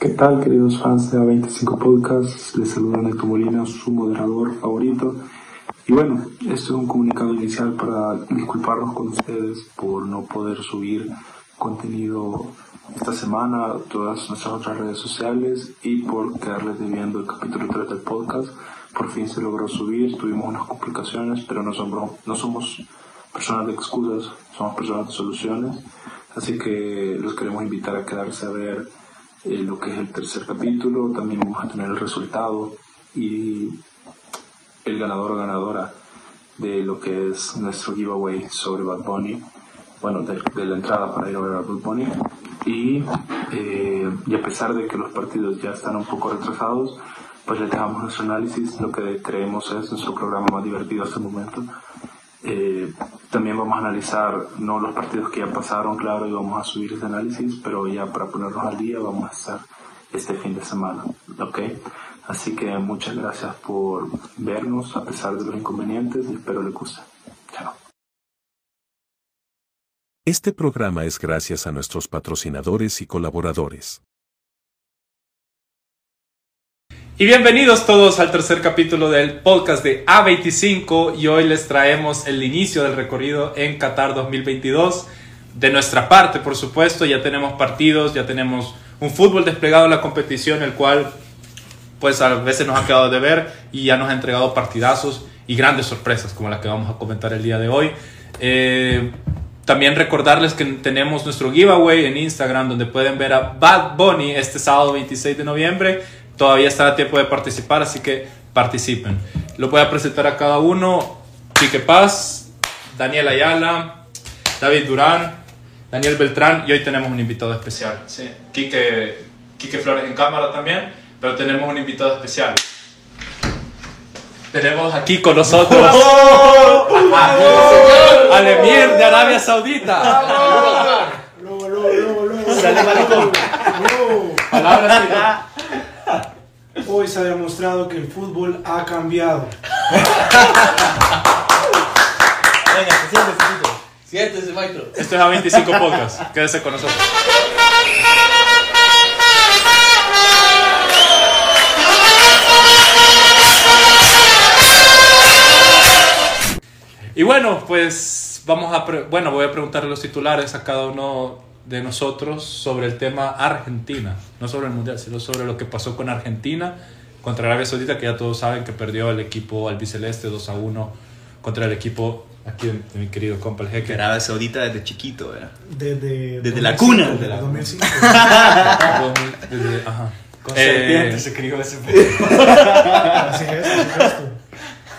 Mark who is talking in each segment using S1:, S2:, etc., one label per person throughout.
S1: ¿Qué tal, queridos fans de A25 Podcast? Les saluda Neto Molina, su moderador favorito. Y bueno, esto es un comunicado inicial para disculparnos con ustedes por no poder subir contenido esta semana a todas nuestras otras redes sociales y por quedarles debiendo el capítulo 3 del podcast. Por fin se logró subir, tuvimos unas complicaciones, pero no somos, no somos personas de excusas, somos personas de soluciones. Así que los queremos invitar a quedarse a ver eh, lo que es el tercer capítulo. También vamos a tener el resultado y el ganador o ganadora de lo que es nuestro giveaway sobre Bad Bunny. Bueno, de, de la entrada para ir a ver a Bad Bunny. Y, eh, y a pesar de que los partidos ya están un poco retrasados, pues les dejamos nuestro análisis, lo que creemos es nuestro programa más divertido hasta el momento. Eh, también vamos a analizar no los partidos que ya pasaron, claro, y vamos a subir ese análisis, pero ya para ponernos al día vamos a estar este fin de semana, ¿ok? Así que muchas gracias por vernos a pesar de los inconvenientes y espero les guste. Chao.
S2: Este programa es gracias a nuestros patrocinadores y colaboradores.
S3: Y bienvenidos todos al tercer capítulo del podcast de A25 y hoy les traemos el inicio del recorrido en Qatar 2022. De nuestra parte, por supuesto, ya tenemos partidos, ya tenemos un fútbol desplegado en la competición, el cual pues a veces nos ha quedado de ver y ya nos ha entregado partidazos y grandes sorpresas como las que vamos a comentar el día de hoy. Eh, también recordarles que tenemos nuestro giveaway en Instagram donde pueden ver a Bad Bunny este sábado 26 de noviembre todavía está a tiempo de participar, así que participen. Lo voy a presentar a cada uno. Pique Paz, Daniel Ayala, David Durán, Daniel Beltrán y hoy tenemos un invitado especial. Sí. Quique, Quique Flores en cámara también, pero tenemos un invitado especial. Tenemos aquí con nosotros a Emir de Arabia Saudita. Palabras que-
S4: Hoy se ha demostrado que el fútbol ha cambiado.
S5: Venga, siéntese, maestro. Siéntese, maestro.
S3: Esto es A25 Podcast. Quédese con nosotros. Y bueno, pues vamos a pre- bueno, voy a preguntarle los titulares a cada uno de nosotros sobre el tema Argentina, no sobre el mundial, sino sobre lo que pasó con Argentina contra Arabia Saudita, que ya todos saben que perdió el equipo albiceleste 2 a 1 contra el equipo aquí de, de mi querido compa el
S5: Que
S3: Jeque.
S5: Arabia Saudita desde chiquito, ¿verdad?
S4: Desde,
S5: Desde la cuna.
S4: Desde la 2005.
S3: Desde- ajá. Eh,
S4: Así es, por supuesto.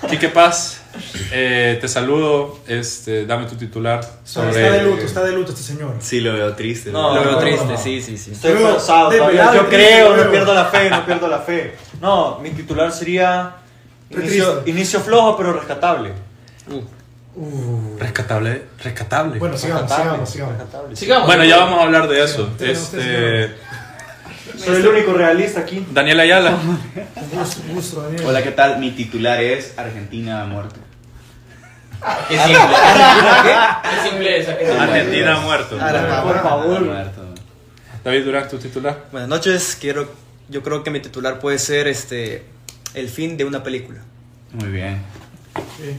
S3: Quique Paz, eh, te saludo. Este, dame tu titular sobre.
S4: Está de luto, está de luto este señor.
S5: Sí, lo veo triste.
S6: No,
S5: ¿verdad?
S6: lo veo
S4: no,
S6: triste,
S4: no.
S6: sí, sí, sí.
S4: Estoy forzado,
S6: De
S4: todavía.
S6: verdad,
S4: Yo
S6: yo
S4: creo,
S6: creo,
S4: creo.
S6: no pierdo la fe, no pierdo la fe. No, mi titular sería
S4: Qué
S6: inicio,
S4: triste.
S6: inicio flojo pero rescatable.
S4: Uh.
S3: Rescatable, rescatable.
S4: Bueno, sigamos,
S6: Rescatable,
S4: sigamos, sigamos.
S6: rescatable.
S5: Sigamos.
S3: Bueno, ya vamos a hablar de eso.
S4: usted, usted,
S3: Este,
S6: Soy el único realista aquí.
S3: Daniel Ayala.
S4: Un gusto, un gusto, Daniel.
S5: Hola, ¿qué tal? Mi titular es Argentina ha muerto.
S7: Qué simple. Qué simple esa. qué simple.
S3: Argentina ha muerto.
S6: Por
S5: Ha
S6: favor.
S5: muerto.
S3: David Durán, tu titular.
S8: Buenas noches, quiero, yo creo que mi titular puede ser este, el fin de una película.
S5: Muy bien.
S4: Sí.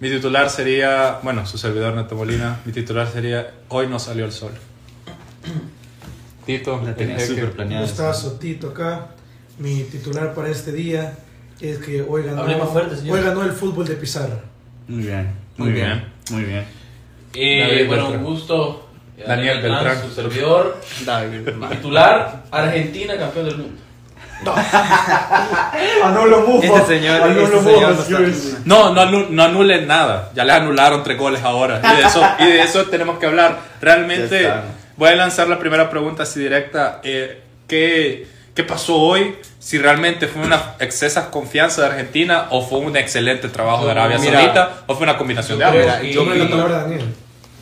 S3: Mi titular sería. Bueno, su servidor Neto Molina. Mi titular sería Hoy no salió el sol. Tito,
S5: La tenía
S3: el jeque.
S5: súper planeada.
S4: Gustazo, Tito acá. Mi titular para este día es que hoy ganó,
S7: Hable más fuerte, señor.
S4: hoy ganó el fútbol de Pizarra.
S5: Muy bien.
S3: Muy bien.
S5: Muy bien.
S7: Eh,
S3: David
S7: bueno, un
S3: Beltrán.
S7: gusto.
S3: Daniel Beltrán.
S7: Su servidor. Mi titular, Argentina campeón del mundo.
S6: Anolo Mufa.
S8: Este señor,
S6: Anolo
S8: este
S6: Mufa,
S8: señor no está
S6: señores.
S8: aquí.
S3: No, no, anu- no anulen nada. Ya les anularon tres goles ahora. Y de eso, y de eso tenemos que hablar. Realmente
S5: Ya está.
S3: voy a lanzar la primera pregunta así directa. Eh, ¿qué, qué pasó hoy? Si realmente fue una excesa confianza de Argentina o fue un excelente trabajo de Arabia
S7: Mira,
S3: Saudita o fue una combinación de
S7: yo
S3: ambos.
S7: creo que-
S4: Yo me la palabra Daniel.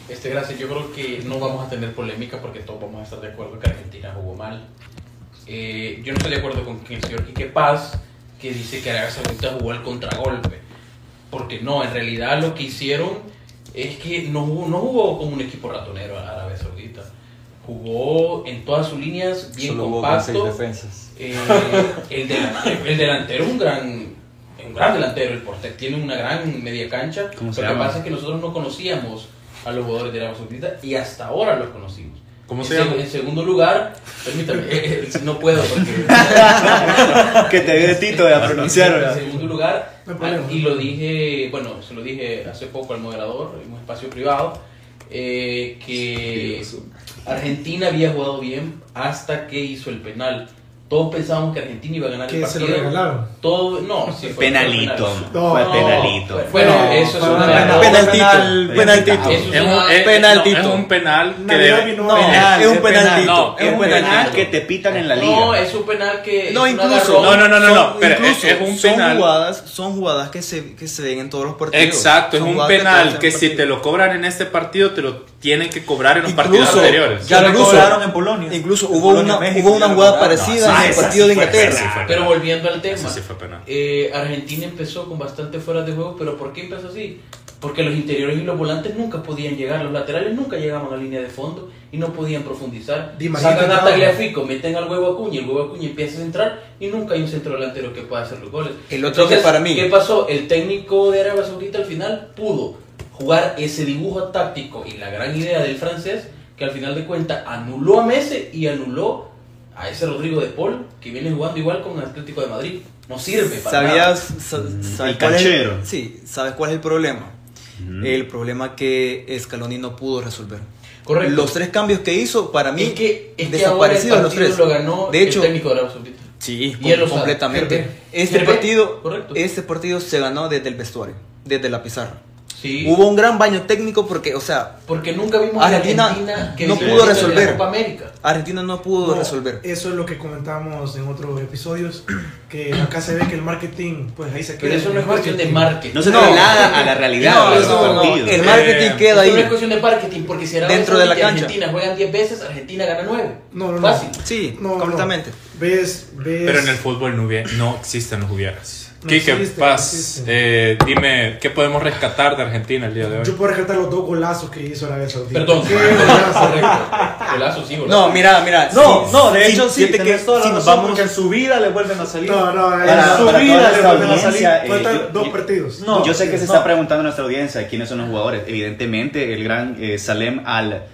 S7: Este, gracias. Yo creo que no vamos a tener polémica porque todos vamos a estar de acuerdo que Argentina jugó mal. Eh, yo no estoy de acuerdo con el señor Quique Paz, que dice que Arabia Saudita jugó al contragolpe. Porque no, en realidad lo que hicieron es que no jugó, no jugó como un equipo ratonero a Arabia Saudita. Jugó jugó en todas sus líneas, bien
S9: Solo hubo con seis
S7: compacto.
S9: defensas.
S7: Eh, el, delantero, el delantero, un gran, un gran delantero, el Portet tiene una gran media cancha.
S5: ¿Cómo
S7: Lo
S5: se
S7: que
S5: llama?
S7: pasa es que nosotros no conocíamos a los jugadores de la Saudita y hasta ahora los conocimos.
S3: ¿Cómo
S7: en,
S3: se llama?
S7: seg- en segundo lugar, permítame, eh, eh, no puedo porque.
S5: Que te viene Tito de a pronunciar,
S7: En
S5: ¿verdad?
S7: segundo lugar,
S4: No hay problema.
S7: y lo dije, bueno, se lo dije hace poco al moderador en un espacio privado, eh, que Argentina había jugado bien hasta que hizo el penal. Todos pensábamos que Argentina iba a ganar el
S4: Que se
S7: partido.
S4: lo regalaron.
S7: Todo, no, sí fue
S5: Penalito.
S7: penal.
S4: No,
S5: Fue
S4: no,
S5: penalito.
S7: Bueno,
S4: No,
S7: eso es
S4: fue
S7: un
S4: penal.
S7: penal.
S8: Penaltito. Penaltito.
S7: Eso
S3: Es un, es-
S8: Penaltito.
S3: no, es un penal que
S4: Navidad
S3: debe-
S4: vino
S8: No,
S4: penal,
S8: es un
S4: es
S8: penaltito.
S3: penal.
S8: Es un penaltito.
S5: que te pitan en la liga.
S7: No, es un penal que.
S8: No,
S7: es un
S8: incluso.
S7: agarrón.
S3: No, no, no, no,
S8: Son-
S3: pero
S8: incluso
S3: es- es un
S8: Son
S3: penal.
S8: jugadas, son jugadas que, se, que se ven en todos los partidos.
S3: Exacto, es
S8: Son
S3: un
S8: jugadas
S3: penal
S8: pasan
S3: que
S8: en
S3: si te
S8: partidos.
S3: lo cobran en este partido, te lo tienen que cobrar en los partidos
S8: Incluso,
S3: anteriores.
S8: ya
S6: Ya lo
S8: incluso-
S6: cobraron en Polonia.
S8: Incluso
S6: En
S8: hubo
S6: Polonia,
S8: una,
S6: México,
S8: hubo una
S6: ya lo
S8: jugada
S6: cobraron.
S8: parecida
S5: Ah,
S8: en el
S5: esa
S8: partido
S5: sí
S8: de
S5: fue
S8: Inglaterra.
S5: penal, sí fue
S7: Pero volviendo al tema,
S3: Eso sí fue penal.
S7: eh, Argentina empezó con bastante fuera de juego, pero ¿por qué empezó así? Porque los interiores y los volantes nunca podían llegar, los laterales nunca llegaban a la línea de fondo y no podían profundizar.
S4: Di María
S7: Sacan a
S4: intentaba.
S7: Tagliafico, meten al huevo Acuña, el huevo Acuña empieza a centrar y nunca hay un centro delantero que pueda hacer los goles.
S8: El otro que para mí-
S7: ¿Qué pasó? El técnico de Arabia Saudita al final pudo jugar ese dibujo táctico y la gran idea del francés que al final de cuentas anuló a Messi y anuló a ese Rodrigo de Paul que viene jugando igual con Atlético de Madrid. No sirve para nada.
S8: ¿Sabías? sa- ¿sabes
S5: el
S8: cuál es
S5: canchero.
S8: sí, ¿sabes cuál es el problema?
S5: Ujú.
S8: El problema que Scaloni no pudo resolver.
S7: Correcto.
S8: Los tres cambios que hizo, para mí,
S7: es que, es que ahora el
S8: desaparecidos los
S7: partido
S8: tres.
S7: lo ganó
S8: de hecho,
S7: el técnico de Arabia Saudita.
S8: sí,
S7: y él lo sabe.
S8: completamente.
S7: Gervé.
S8: Este
S7: Gervé,
S8: partido,
S7: correcto.
S8: este partido se ganó desde el vestuario, desde la pizarra.
S7: Sí.
S8: Hubo un gran baño técnico porque, o sea,
S7: Porque nunca vimos a
S8: Argentina
S7: Argentina, que
S8: no
S7: vivió
S8: pudo
S7: en la
S8: resolver.
S7: Copa América.
S8: Argentina no pudo
S4: No, Eh,
S8: resolver.
S4: Eso es lo que comentamos en otros episodios, que acá se ve que el marketing, pues ahí se queda.
S7: Pero eso no es cuestión de marketing.
S5: No se
S8: No,
S5: traslada a la realidad.
S8: No,
S5: de los
S8: no, no,
S5: partidos.
S8: el marketing
S3: Eh,
S8: queda
S7: Esto no es
S8: ahí.
S7: cuestión de marketing, porque si Arabia
S8: Dentro de la
S7: Saudita y
S8: cancha.
S7: Argentina juegan 10 veces, Argentina gana 9.
S4: No, no, no.
S7: Fácil.
S8: Sí,
S4: No, no.
S8: completamente.
S4: Ves, ves.
S3: Pero en el fútbol no, hubie- no existen los hubieras.
S4: No
S3: Quique,
S4: existe, no
S3: Paz,
S4: existe.
S3: eh, dime, ¿qué podemos rescatar de Argentina el día de
S4: Yo
S3: hoy?
S4: puedo rescatar los dos golazos que hizo Arabia Saudita.
S7: Perdón.
S4: Qué
S7: Golazo,
S4: golazo.
S7: correcto. Golazo, sí, golazo.
S8: No, mira, mira.
S6: No,
S8: sí,
S6: no, de
S8: sí,
S6: hecho sí,
S8: fíjate
S6: tenés
S8: que
S6: toda la
S8: si nos
S6: razón,
S8: vamos-
S6: porque en su vida le vuelven a salir.
S4: No, no, en
S5: Para-
S4: su
S5: para toda
S4: vida le
S5: nuestra
S4: vuelven a salir.
S5: audiencia, eh,
S4: Faltan
S5: yo-
S4: dos
S5: yo-
S4: partidos.
S6: No,
S5: yo sé que se
S6: no.
S5: está preguntando a nuestra audiencia quiénes son los jugadores. Evidentemente, el gran eh, Salem al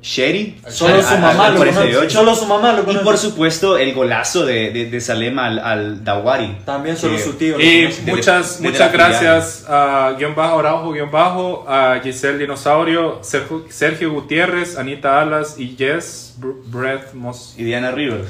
S5: Sherry.
S6: Solo su mamá lo conoce.
S5: 48.
S6: Solo su mamá lo
S5: Y
S6: conoce.
S5: por supuesto, el golazo de, de, de Salem al, al Dawari.
S6: También solo
S5: Eh,
S6: su tío lo
S3: Y
S6: conoce.
S5: desde-
S3: muchas,
S5: desde la
S3: muchas
S5: filial.
S3: gracias a guión bajo Araujo, guión bajo, a Giselle Dinosaurio, Sergio, Sergio Gutiérrez, Anita Alas y Jess Br- Breath Mos-
S5: Y Diana Rivers.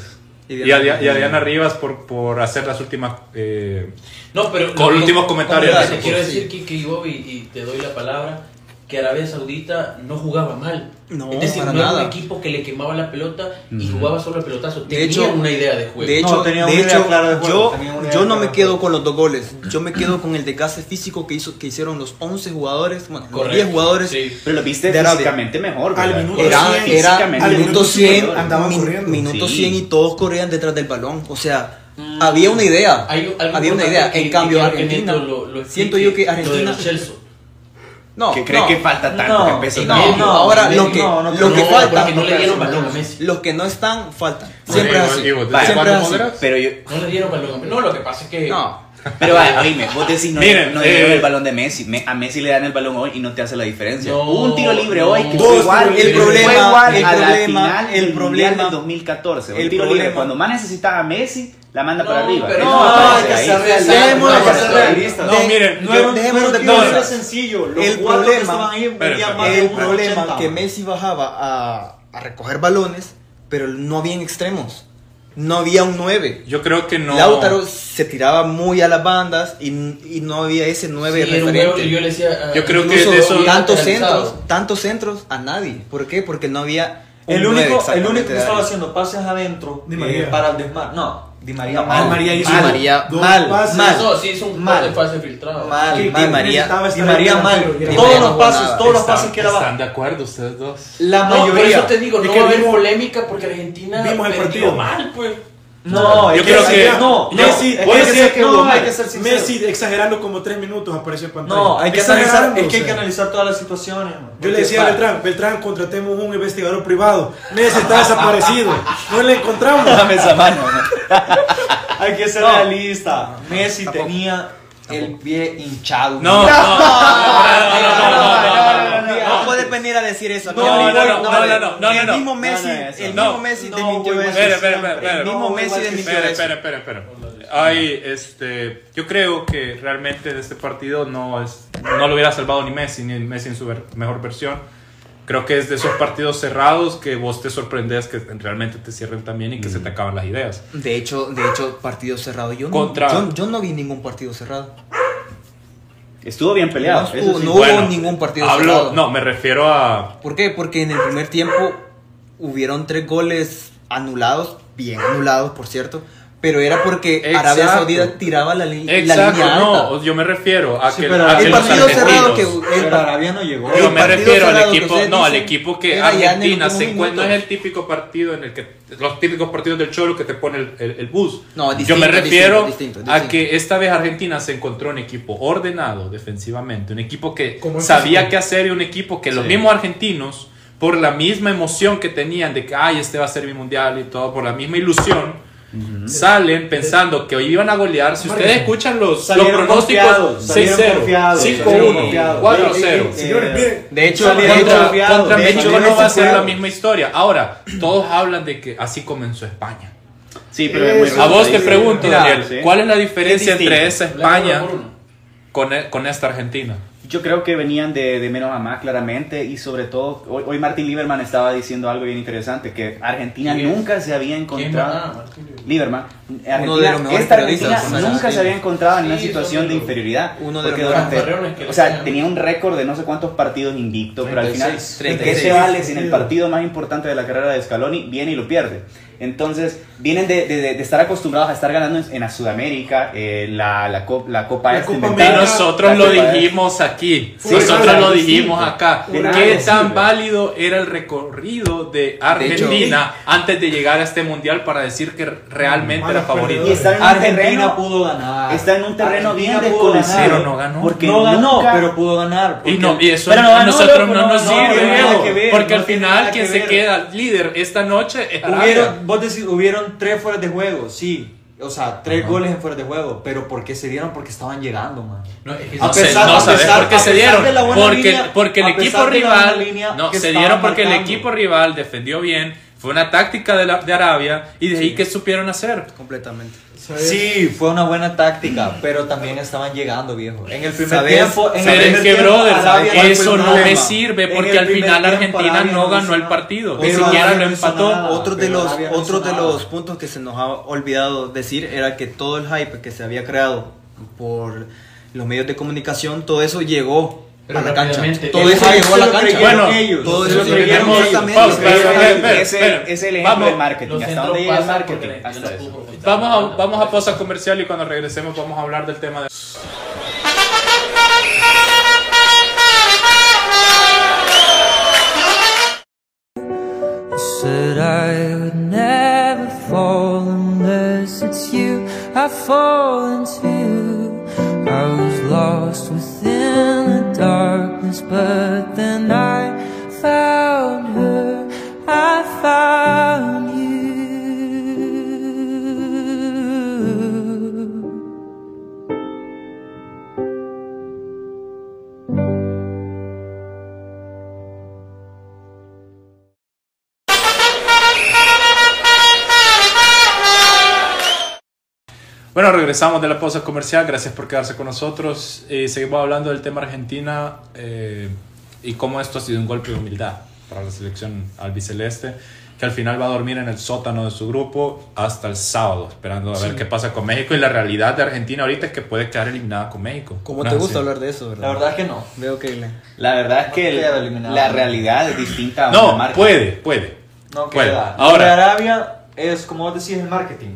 S3: Y a, Dia- y a Diana Rivas por, por hacer las últimas... eh,
S7: No, pero.
S3: Con el último comentario.
S7: Te
S3: Dale,
S7: quiero
S8: por-
S7: decir, Kike y Bobby, y te doy la palabra, que Arabia Saudita no jugaba mal.
S8: No,
S7: es decir,
S8: para
S7: no era
S8: nada.
S7: un equipo que le quemaba la pelota y
S5: Ujú.
S7: jugaba solo a pelotazo.
S8: De
S7: Tenía
S8: hecho-
S7: una idea de juego.
S8: De hecho,
S6: No, tenía
S8: de
S6: una idea
S8: hecho,
S6: clara de juego,
S8: yo,
S6: tenía una idea
S8: yo no
S6: clara
S8: me
S6: de
S8: quedo
S6: juego.
S8: con los dos goles. Yo me quedo con el desgaste físico que, hizo, que hicieron los 11 jugadores, bueno, los
S7: Correcto,
S8: 10 jugadores.
S7: sí.
S5: Pero lo viste
S8: De Arabia.
S5: físicamente mejor.
S4: Al
S5: ¿verdad?
S4: minuto
S8: Era,
S5: Correcto.
S4: cien,
S8: era
S5: Físicamente.
S8: al minuto 100,
S4: andaban
S8: min-
S4: corriendo.
S8: minuto
S5: Sí.
S8: 100 y todos corrían detrás del balón. O sea, había una idea.
S7: Hay un- algo
S8: había una
S7: importante
S8: idea.
S7: que-
S8: en cambio,
S7: que
S8: Argentina.
S7: Neto lo- lo
S8: siento
S7: explique,
S8: yo que
S7: Lo de
S8: Argentina.
S7: los Chelsea.
S8: No,
S5: Que cree
S8: no,
S5: que falta tanto,
S6: No,
S5: que pesa
S8: no,
S5: tanto.
S8: no, ahora lo que,
S6: no, no,
S8: lo que
S7: no,
S8: falta.
S7: porque no le dieron balón a Messi.
S8: Los que no están, faltan. Siempre es
S3: Rodrigo, Rodrigo, ¿desde
S8: así.
S5: Vale,
S8: Siempre
S3: cuándo
S8: es así.
S3: moderas?
S5: Pero yo,
S7: No le dieron balón a Messi. No, lo que pasa es que.
S8: No.
S5: Pero vaya, oíme, vos decís no,
S3: Miren,
S5: no dieron
S3: eh,
S5: el balón de Messi. Me- a Messi le dan el balón hoy y no te hace la diferencia.
S7: No,
S5: Hubo un tiro libre
S7: no.
S5: hoy que
S7: Dos
S5: fue igual,
S8: tiros libres.
S5: fue igual
S8: El
S5: a la
S8: problema,
S5: final
S8: el
S5: del
S8: problema.
S5: Mundial del 2014.
S8: El
S5: el tiro
S8: problema.
S5: libre. Cuando más necesitaba a Messi, la manda para arriba.
S7: pero
S5: Eso
S7: no,
S5: me
S7: hay
S5: parece
S7: que
S5: ahí.
S7: ser realista.
S8: Dejémoslo,
S7: Hay que
S8: dejémoslo.
S7: ser realista.
S3: No, miren,
S6: No era un-
S8: dejémoslo
S6: no
S8: de
S6: era un tiro
S8: cosas.
S6: libre sencillo. Los cuatro
S8: El
S6: que
S8: problema-
S6: estaban ahí
S3: Espérate,
S6: vendían más de
S8: El
S6: uno
S8: problema
S6: 80.
S8: que Messi bajaba a, a recoger balones, pero no había extremos. No había un 9.
S3: yo creo que no...
S8: Lautaro se tiraba muy a las bandas y, y no había ese 9
S7: Sí, era un huevo,
S8: referente.
S7: yo le decía, ah,
S3: Yo creo que
S7: incluso
S3: de eso-
S8: tantos
S7: lateralizado.
S8: centros, tantos centros a nadie. ¿Por qué? Porque no había un
S6: El
S8: nueve
S6: único, el
S8: exactamente
S6: único que
S8: de
S6: estaba
S8: área.
S6: haciendo pases adentro
S4: Di
S6: eh,
S4: María.
S6: para el desmar. No, Di María.
S8: Mal,
S6: mal.
S4: María hizo
S8: Di
S4: un-
S8: María,
S4: dos
S8: mal,
S4: pases.
S8: mal.
S7: No, sí, es un
S6: Mal.
S7: pase falso filtrado.
S6: Mal,
S8: Di
S6: mal.
S8: María-
S6: Necesitaba
S4: Di
S6: estar
S4: María
S6: el
S4: mal.
S6: delantero.
S4: Di
S8: María
S6: Todos
S8: no
S6: los
S8: jugó
S6: pases,
S8: nada.
S6: todos los
S3: Están-
S6: pases que daba.
S3: ¿Están de acuerdo ustedes dos?
S6: La
S7: No, por
S6: mayoría.
S7: eso te digo,
S6: Es
S7: no
S6: que
S7: va a haber
S6: vimos-
S7: polémica porque Argentina
S4: vimos el
S7: perdió
S4: partido.
S7: mal, pues.
S6: No,
S3: Yo
S6: es
S3: creo que-
S4: no,
S6: no, Messi,
S4: es
S6: voy a
S4: que
S6: decir
S4: ese-
S6: que
S4: no,
S6: hubo,
S4: hay-
S6: hay que ser sincero.
S4: Messi exagerando como tres minutos apareció en pantalla.
S6: No, hay que analizar,
S4: Exagerando,
S6: es que hay
S4: o
S6: que
S4: sea.
S6: analizar todas las situaciones. man.
S4: Yo
S6: Porque,
S4: le decía a
S6: pa-
S4: Beltrán, Beltrán, contratemos un investigador privado. Messi está desaparecido. No le encontramos.
S5: esa mano.
S6: Hay que ser
S5: No.
S6: realista. Messi
S5: Tampoco.
S6: tenía el pie hinchado.
S3: No, no, no, no, no, no, no, no, no.
S8: No puedes venir a decir eso.
S3: No, no, no, no, no, no, no,
S8: El
S3: no.
S8: mismo Messi,
S5: No, no, eso.
S8: el
S3: No.
S8: mismo Messi
S6: No,
S8: desmintió
S6: voy
S8: eso.
S6: más
S3: Espera,
S6: allá.
S3: espera, espera,
S8: El
S3: espera.
S8: mismo
S6: No,
S8: Messi
S6: igual que
S8: desmintió
S3: Espera,
S8: eso.
S3: espera, espera, espera. Ay, este, yo creo que realmente en este partido no, es, no lo hubiera salvado ni Messi, ni Messi en su ver- mejor versión. Creo que es de esos partidos cerrados que vos te sorprendes que realmente te cierren también y que
S8: Mm.
S3: se te acaban las ideas.
S8: De hecho, de hecho, partido cerrado. Yo, no-
S3: Contra-
S8: yo, yo no vi ningún partido cerrado.
S5: Estuvo bien peleado.
S8: No,
S5: eso sí.
S8: no. hubo ningún partido
S3: hablo-
S8: cerrado.
S3: No, me refiero a...
S8: ¿Por qué? Porque en el primer tiempo hubieron tres goles anulados, bien anulados, por cierto. Pero era porque Arabia
S3: Exacto.
S8: Saudita tiraba la, li- la
S3: Exacto,
S8: línea alta.
S3: no, yo me refiero a
S6: Sí,
S3: que...
S6: pero
S3: a que
S8: el
S3: los
S8: partido cerrado
S3: argentinos-
S8: que el
S6: Pero
S8: par-
S6: Arabia no llegó.
S8: el
S3: Yo me
S8: partido
S3: refiero al
S8: cerrado que
S3: equipo,
S8: ustedes
S3: no, al
S8: dicen
S3: equipo que
S8: era ya en el
S3: Argentina
S8: último
S3: se encuentra, no es
S8: minuto.
S3: el típico partido en el que, los típicos partidos del Cholo que te pone el, el- el bus.
S8: No,
S3: Yo
S8: distinto,
S3: me refiero
S8: distinto, distinto,
S3: a
S8: distinto.
S3: que esta vez Argentina se encontró un equipo ordenado defensivamente, un equipo que
S4: Como en
S3: sabía
S4: físico.
S3: qué hacer y un equipo que los
S5: Sí.
S3: mismos argentinos, por la misma emoción que tenían de que, ay, este va a ser mi mundial y todo, por la misma ilusión. Salen pensando que hoy iban a golear. Si
S4: Marcos,
S3: ustedes escuchan los, los
S6: salieron
S3: pronósticos,
S6: confiados, salieron
S3: 6-0,
S6: confiados, salieron
S3: 5-1,
S6: confiados. Eh,
S3: 4-0.
S4: Señores, miren.
S8: De hecho,
S6: Salieron
S8: de hecho-
S6: contra-
S3: Contra, contra
S8: de hecho,
S3: México
S8: con
S3: no va a ser la
S8: confiados.
S3: misma historia. Ahora, todos hablan de que así comenzó España.
S5: Sí, pero es muy
S4: Eso,
S3: A
S5: raro,
S3: vos
S5: sí.
S3: te pregunto,
S5: Mira,
S3: Daniel,
S5: sí.
S3: ¿cuál es la diferencia
S8: Es
S3: entre esa España
S7: por uno.
S3: con, e- con esta Argentina?
S5: Yo creo que venían de, de menos a más, claramente, y sobre todo, hoy, hoy Martin Lieberman estaba diciendo algo bien interesante, que Argentina
S7: ¿Quién?
S5: nunca se había
S7: ¿Quién
S5: encontrado...
S7: ganaba, Martín?
S5: Lieberman,
S8: Uno de los
S5: Argentina,
S8: mejores
S5: esta
S8: periodistas
S5: Argentina
S8: de
S5: nunca se
S8: Argentina.
S5: había encontrado en una
S7: Sí,
S5: situación de
S7: son de los-
S5: inferioridad.
S8: uno de
S5: porque
S8: los
S5: durante-
S7: campeones que
S5: o sea,
S7: tenían.
S5: tenía un récord de no sé cuántos partidos invictos, pero al final,
S6: 36,
S5: ¿de ¿qué
S8: 36.
S5: te vales en el
S4: Sí.
S5: partido más importante de la carrera de Scaloni? Viene y lo pierde. Entonces, vienen de, de- de- de estar acostumbrados a estar ganando en, en la Sudamérica, eh, la, la, cop- la Copa
S4: La
S5: Este
S4: Copa
S5: inventada.
S3: Y
S4: América. Claro,
S3: nosotros
S5: la
S3: lo
S5: Copa Este.
S3: dijimos aquí,
S5: Sí,
S3: nosotros
S5: claro,
S3: lo
S5: sí.
S3: dijimos acá.
S5: De nada
S3: ¿Qué
S5: sirve.
S3: tan válido era el recorrido de Argentina antes de llegar a este mundial para decir que realmente era
S4: Malos
S3: favorito?
S5: Y está en un
S6: eh, Argentina
S5: terreno-
S6: pudo ganar.
S5: Está en un terreno bien
S6: Argentina pudo
S5: desconocido.
S3: Pero no ganó.
S5: Porque
S6: no ganó,
S5: nunca-
S6: pero pudo ganar.
S3: Y,
S6: porque-
S3: no, y eso
S5: Pero no,
S3: a
S5: no,
S3: nosotros
S5: loco,
S3: no,
S5: no,
S3: nos
S5: no,
S3: sirve,
S5: tiene
S3: Diego,
S5: nada que ver,
S3: porque
S6: no
S3: al
S6: tiene
S3: final
S6: nada
S3: quien
S6: que
S3: se
S6: ver.
S3: queda líder esta noche es Arabia.
S6: Hubieron, vos decís, hubieron tres fueras de juego, sí. O sea, tres goles en fuera de juego. Pero ¿por qué se dieron? Porque estaban llegando, man.
S7: No, es que
S3: No,
S6: A
S3: sé,
S6: pesar-
S3: no
S6: a
S3: sabes
S6: pesar-
S3: por qué
S6: a
S3: se
S6: pesar
S3: dieron.
S6: de la buena
S3: Porque,
S6: línea,
S3: porque el
S6: a
S3: equipo
S6: pesar de la buena
S3: rival.
S6: línea
S3: No,
S6: que
S3: se
S6: estaban
S3: dieron porque el
S6: marcando.
S3: equipo rival defendió bien. Fue una táctica de, la- de Arabia. Y de ahí que supieron hacer.
S8: Completamente.
S4: ¿sabes?
S6: Sí, fue una buena táctica, pero también estaban llegando, viejo. En el primer
S8: ¿Sabes?
S6: tiempo, en el
S3: Pero es
S6: primer
S3: que,
S6: tiempo,
S3: brother,
S6: Arabia fue
S3: eso
S6: el
S3: no
S6: problema.
S3: me sirve
S6: En
S3: porque
S6: el
S3: al
S6: primer
S3: final
S6: tiempo,
S3: Argentina
S6: Arabia
S3: no ganó
S6: hizo
S3: el
S6: nada.
S3: partido, ni
S6: Pero
S3: siquiera
S6: Arabia
S3: lo
S6: no hizo
S3: empató.
S6: nada,
S8: Otro de
S6: pero
S8: los,
S6: Arabia no hizo
S8: otro de
S6: nada.
S8: los puntos que se nos ha olvidado decir era que todo el hype que se había creado por los medios de comunicación, todo eso llegó
S7: Pero
S8: a la cancha.
S7: rápidamente,
S8: Todo
S7: el
S8: eso
S6: hype
S8: llegó a
S6: se
S8: la
S6: lo
S8: cancha.
S6: creyeron
S3: Bueno,
S6: ellos.
S8: todo
S6: se
S8: eso
S6: lo
S8: llegó
S6: creyeron ellos.
S3: Pausa,
S8: exactamente.
S3: espera, espera, espera,
S5: Es el-
S3: espera.
S5: es el ejemplo
S3: Vamos,
S5: del marketing.
S7: Los
S5: ¿Hasta
S7: centros
S5: dónde llega el
S7: pasan porque
S5: marketing?
S7: la
S5: Hasta
S7: gente no
S5: eso.
S7: pudo conquistar
S3: Vamos
S7: la
S3: a,
S7: banda.
S3: vamos a pausa comercial y cuando regresemos vamos a hablar del tema de...
S9: Said I would never fall unless it's you I fall into. I was lost within the darkness, but then I found her. I found you.
S3: Bueno, regresamos de la pausa comercial. Gracias por quedarse con nosotros. Eh, seguimos hablando del tema Argentina eh, y cómo esto ha sido un golpe de humildad para la selección albiceleste, que al final va a dormir en el sótano de su grupo hasta el sábado, esperando a ver qué pasa con México. Y la realidad de Argentina ahorita es que puede quedar eliminada con México.
S8: ¿Cómo
S3: ¿No
S8: te
S3: es así?
S8: gusta hablar de eso, verdad?
S6: La verdad es que no.
S8: Veo que le-
S5: La verdad es que el-
S6: queda eliminado.
S5: la realidad es distinta a una
S3: No,
S5: marca.
S3: puede, puede.
S6: No
S3: Bueno,
S6: queda.
S3: ahora-
S6: Lo de Arabia es, como vos decís, el marketing.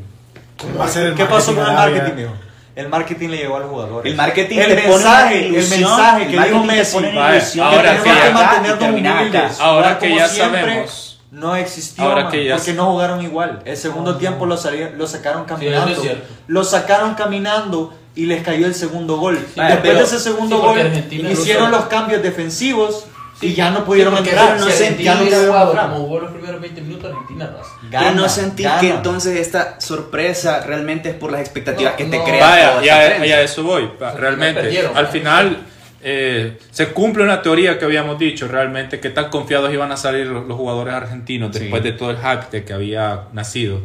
S4: ¿Cómo va a ser el
S6: ¿Qué pasó
S4: marketing
S6: con el
S4: Arabia?
S6: marketing, viejo? El marketing le llegó al jugador.
S5: El marketing
S6: el
S5: te pone
S6: mensaje,
S5: una ilusión,
S6: el mensaje
S5: el
S6: que
S5: marketing
S6: dijo
S5: te
S6: Messi.
S5: pone una
S3: Vale,
S5: ilusión,
S3: ahora
S5: que
S3: sí,
S5: tenemos
S3: ya.
S5: que mantenernos
S6: Y termina
S5: humildes.
S3: Ahora
S6: acá. Ahora,
S3: que
S6: como
S3: ya
S6: siempre,
S3: sabemos
S6: no existió
S3: Ahora
S6: man,
S3: que ya
S6: porque
S3: se-
S6: no jugaron igual. El segundo tiempo lo, sali- lo sacaron
S7: eso
S6: caminando.
S7: es cierto.
S6: lo sacaron caminando y les cayó el segundo gol.
S7: Vaya,
S6: Después
S7: pero-
S6: de ese segundo
S7: sí,
S6: gol
S7: porque Argentina
S6: hicieron
S7: cruzó.
S6: los cambios defensivos
S7: Sí,
S6: y ya no pudieron
S7: porque
S6: entrar.
S7: si
S6: No sé,
S7: Argentina
S6: ya no
S7: hubiera
S6: pudieron
S7: jugado
S6: entrar.
S7: como jugó los primeros 20 minutos, Argentina pasa.
S6: Gana,
S8: y no sentir
S6: gana.
S8: que entonces esta sorpresa realmente es por las expectativas
S7: No,
S8: que te
S7: no.
S8: crea
S3: Vaya,
S8: toda
S3: ya,
S8: esta prensa.
S3: ya eso voy. Va,
S7: sea,
S3: Realmente,
S7: no perdieron.
S3: al final eh, se cumple una teoría que habíamos dicho, realmente, que tan confiados iban a salir los, los jugadores argentinos después de todo el hype de que había nacido.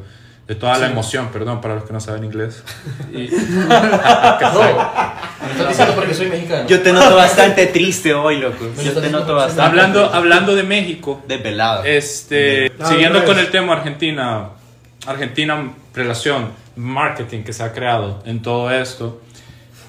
S3: De toda la emoción, perdón, para los que no saben inglés. Y-
S7: No, me estás diciendo porque soy mexicano.
S8: Yo te noto bastante triste hoy, loco.
S7: Me
S8: Yo
S7: lo
S8: te
S7: estás
S8: noto
S7: diciendo
S8: bastante
S3: hablando, hablando de México,
S8: desvelado.
S3: Este,
S4: No,
S3: siguiendo
S4: no es.
S3: con el tema Argentina, Argentina relación, marketing que se ha creado en todo esto,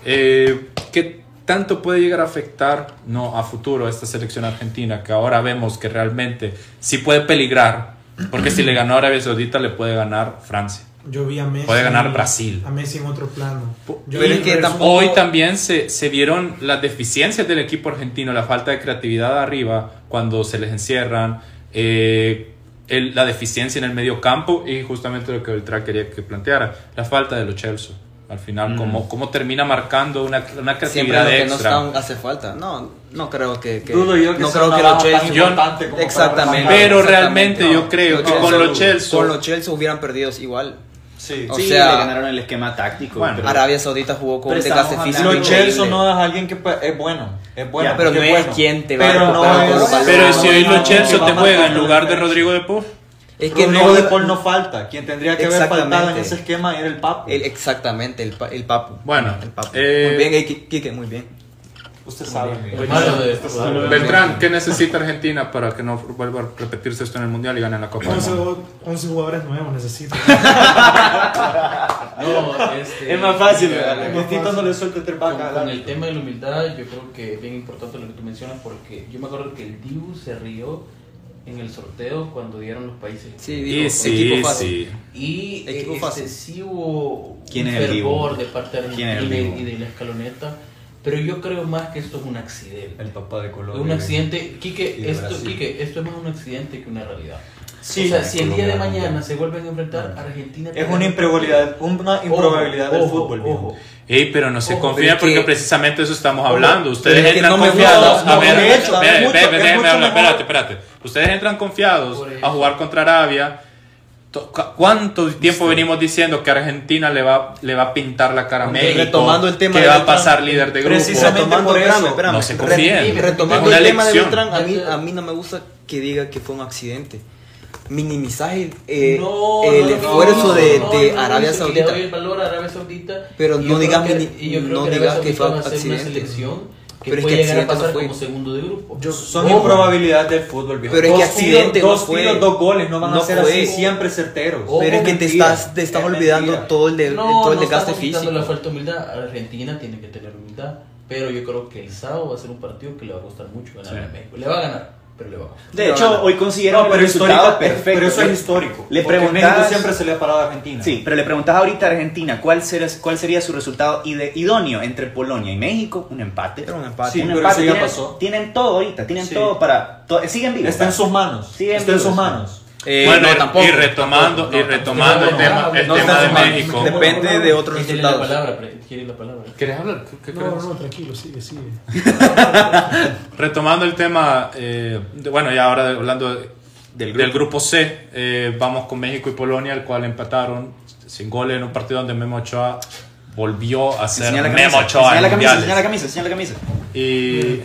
S3: eh, ¿qué tanto puede llegar a afectar no, a futuro a esta selección argentina que ahora vemos que realmente sí puede peligrar? Porque si le ganó a Arabia Saudita le puede ganar Francia.
S4: Yo vi a Messi.
S3: Puede ganar Brasil.
S4: A Messi en otro plano. Yo
S8: Pero
S4: vi
S8: es que
S4: el
S8: tampoco-
S3: Hoy también se, se vieron las deficiencias del equipo argentino, la falta de creatividad arriba cuando se les encierran, eh, el- la deficiencia en el medio campo y justamente lo que Beltrán quería que planteara, la falta de los Chelsea. Al final, cómo, cómo termina marcando una, una
S8: Mm. Siempre
S3: creatividad
S8: lo que no
S3: extra.
S8: están- hace falta. No, no creo que. que-
S6: Dudo yo que
S8: no
S6: sea
S8: creo
S6: una
S8: que los
S6: baja tan
S8: Chelsea.
S6: importante como para
S8: Exactamente.
S6: remarcar.
S3: Pero
S8: exactamente,
S3: realmente
S8: no.
S3: yo creo que con los Chelsea-
S8: Con los Chelsea hubieran perdido igual.
S6: Sí.
S8: O
S5: Sí,
S8: sea-
S5: le ganaron el esquema táctico.
S3: Bueno,
S5: pero-
S8: Arabia Saudita jugó con
S5: Pero
S8: un desgaste
S5: estamos
S8: físico.
S5: hablando-
S6: Lo
S5: Increíble.
S6: Chelsea no es alguien que puede- es bueno, es bueno.
S5: Ya,
S8: pero
S6: porque
S8: no es
S6: bueno.
S8: quien te va
S6: Pero
S8: a
S6: no
S8: ocupar
S6: es-
S8: con los balones.
S3: Pero si hoy
S6: no,
S3: los
S6: no,
S3: Chelsea
S6: que va
S3: te
S6: a
S3: juega
S6: marcar
S3: en
S6: la
S3: lugar de
S6: diferencia.
S3: Rodrigo de Paul,
S8: Es que
S6: Rodrigo
S8: no.
S6: de Paul no falta. Quien tendría que haber faltado en
S8: Exactamente.
S6: ese esquema era el Papo.
S8: el- exactamente, el, pa- el Papu.
S3: Bueno,
S8: El Papu.
S3: eh,
S8: muy bien, eh, Qui- Quique, muy bien.
S6: Usted sabe.
S7: El malo de esto.
S3: Beltrán, ¿qué necesita Argentina para que no vuelva a repetirse esto en el Mundial y gane la Copa? del
S4: 11,
S3: Mundo?
S4: o- 11 jugadores nuevos necesito.
S7: No, este,
S5: Es más fácil, ¿verdad?
S6: El Tito no le suelte tres
S7: Con,
S6: vacas.
S7: con el tema de la humildad, yo creo que es bien importante lo que tú mencionas porque yo me acuerdo que el Dibu se rió en el sorteo cuando dieron los países.
S8: Sí, dijo,
S3: Y sí,
S8: equipo
S3: sí.
S8: fácil.
S7: Y
S8: Equipo
S7: eh,
S8: fácil.
S7: excesivo
S5: ¿Quién es el Dibu?
S7: fervor de parte de
S5: ¿Quién es
S7: Argentina
S5: el
S7: y de,
S5: Dibu?
S7: y de la escaloneta. Pero yo creo más que esto es un accidente.
S6: El papá de
S7: Es
S6: Colombia.
S7: un accidente.
S6: Y
S7: Quique
S6: de
S7: esto,
S6: Brasil.
S7: Quique, esto es más un accidente que una realidad.
S6: Sí.
S7: o sea, si el día de
S5: Colombia,
S7: mañana se vuelven a enfrentar, Argentina.
S6: Es una improbabilidad, una
S7: Ojo,
S6: improbabilidad del
S7: ojo,
S6: fútbol. viejo.
S7: ojo.
S3: Ey, pero no se
S7: Ojo,
S3: confían
S8: pero
S3: porque
S8: que-
S3: precisamente eso estamos hablando. Ustedes
S8: pero que
S3: entran
S8: no me
S3: confiados.
S8: gusta,
S3: a
S8: no,
S3: ver,
S8: de hecho,
S3: ve-
S6: es
S3: ve-
S6: mucho-
S3: ve-
S6: es
S3: déjame
S6: mucho
S3: hablar,
S6: mejor.
S3: espérate, espérate. Ustedes entran confiados
S7: Por eso.
S3: a jugar contra Arabia. To- ca- ¿Cuánto tiempo venimos diciendo que Argentina le va, le va a pintar la cara a
S8: Hombre,
S3: México?
S8: retomando el tema
S3: que
S8: de
S3: va a
S8: Beltrán,
S3: pasar líder de grupo.
S6: precisamente
S8: Retomando,
S6: por eso,
S8: espérame, espérame.
S3: no se
S8: Re-
S3: confíen.
S8: Retomando
S3: Es
S8: el
S3: una
S8: tema de
S3: elección.
S8: Beltrán, a mí, a mí no me gusta que diga que fue un accidente. Minimizaje eh,
S7: No, no,
S8: el
S7: no,
S8: esfuerzo
S7: no,
S8: de,
S7: no,
S8: de
S7: no, no,
S8: Arabia
S7: dice que le
S8: Saudita.
S7: doy el valor a Arabia Saudita.
S8: Pero
S7: Y
S8: no
S7: yo creo
S8: digas
S7: que-
S8: mini-
S7: y yo creo
S8: no
S7: que Arabia
S8: digas que
S7: Saudita
S8: fue
S7: va a ser una
S8: accidente.
S7: selección que
S8: Pero es
S7: puede
S8: que
S7: llegar a
S8: accidente no
S7: pasar
S8: fue.
S7: como segundo de grupo.
S6: Son
S7: Ojo.
S6: improbabilidades del fútbol. Viejo.
S8: Pero es que
S6: Dos
S8: accidente
S6: tiros,
S8: no
S6: dos
S8: fue.
S6: tiros, dos goles no van a
S8: No
S6: ser
S8: fue.
S6: así siempre certeros.
S7: Ojo,
S8: Pero es que te
S6: mentira.
S8: estás, te estás
S6: Es
S8: olvidando
S6: mentira.
S8: todo el, de,
S7: No,
S8: todo el
S7: no
S8: desgaste
S7: estamos quitando
S8: físico.
S7: la falta de humildad. Argentina tiene que tener humildad. Pero yo creo que el sábado va a ser un partido que le va a costar mucho ganar a México. Le va a ganar, pero le va a costar.
S5: De hecho, hoy considero
S6: No, pero,
S5: el
S6: histórico,
S5: resultado perfecto.
S6: pero eso es histórico.
S5: Le
S6: porque
S5: preguntas-
S6: México siempre se le ha parado a Argentina.
S5: Sí, pero le preguntas ahorita a Argentina cuál, será- cuál sería su resultado ide- idóneo entre Polonia y México, un empate.
S8: Era un empate.
S6: Sí,
S5: un
S6: pero
S5: empate.
S6: eso ya
S5: Tienen,
S6: pasó.
S5: tienen todo ahorita, tienen
S6: Sí.
S5: todo para. to- siguen vivos.
S6: Está en sus manos.
S5: Sí,
S6: está en
S5: amigos.
S6: sus manos.
S8: Eh,
S3: Bueno,
S8: no,
S3: y-
S8: tampoco,
S3: y retomando,
S8: tampoco,
S3: y
S8: no,
S3: retomando el
S7: No,
S3: tema,
S7: no,
S3: el
S7: no,
S3: tema
S7: no,
S3: de
S7: no,
S3: México.
S7: no, no,
S8: Depende
S7: no, no.
S8: de otros
S7: Quiere
S8: resultados.
S7: La palabra, pre- quiere la palabra.
S3: ¿Quieres hablar? ¿Qué- qué
S4: No,
S3: crees?
S4: no, tranquilo, sigue, sigue.
S3: Retomando el tema, eh, de- bueno, ya ahora hablando de- del, grupo. C, eh, vamos con México y Polonia, el cual empataron sin goles en un partido donde Memo Ochoa volvió a ser
S5: Enseña la
S3: Memo
S5: camisa,
S3: Ochoa
S5: enseña
S3: en
S5: la camisa,
S3: mundiales.
S5: enseña la camisa, enseña la camisa.
S3: Y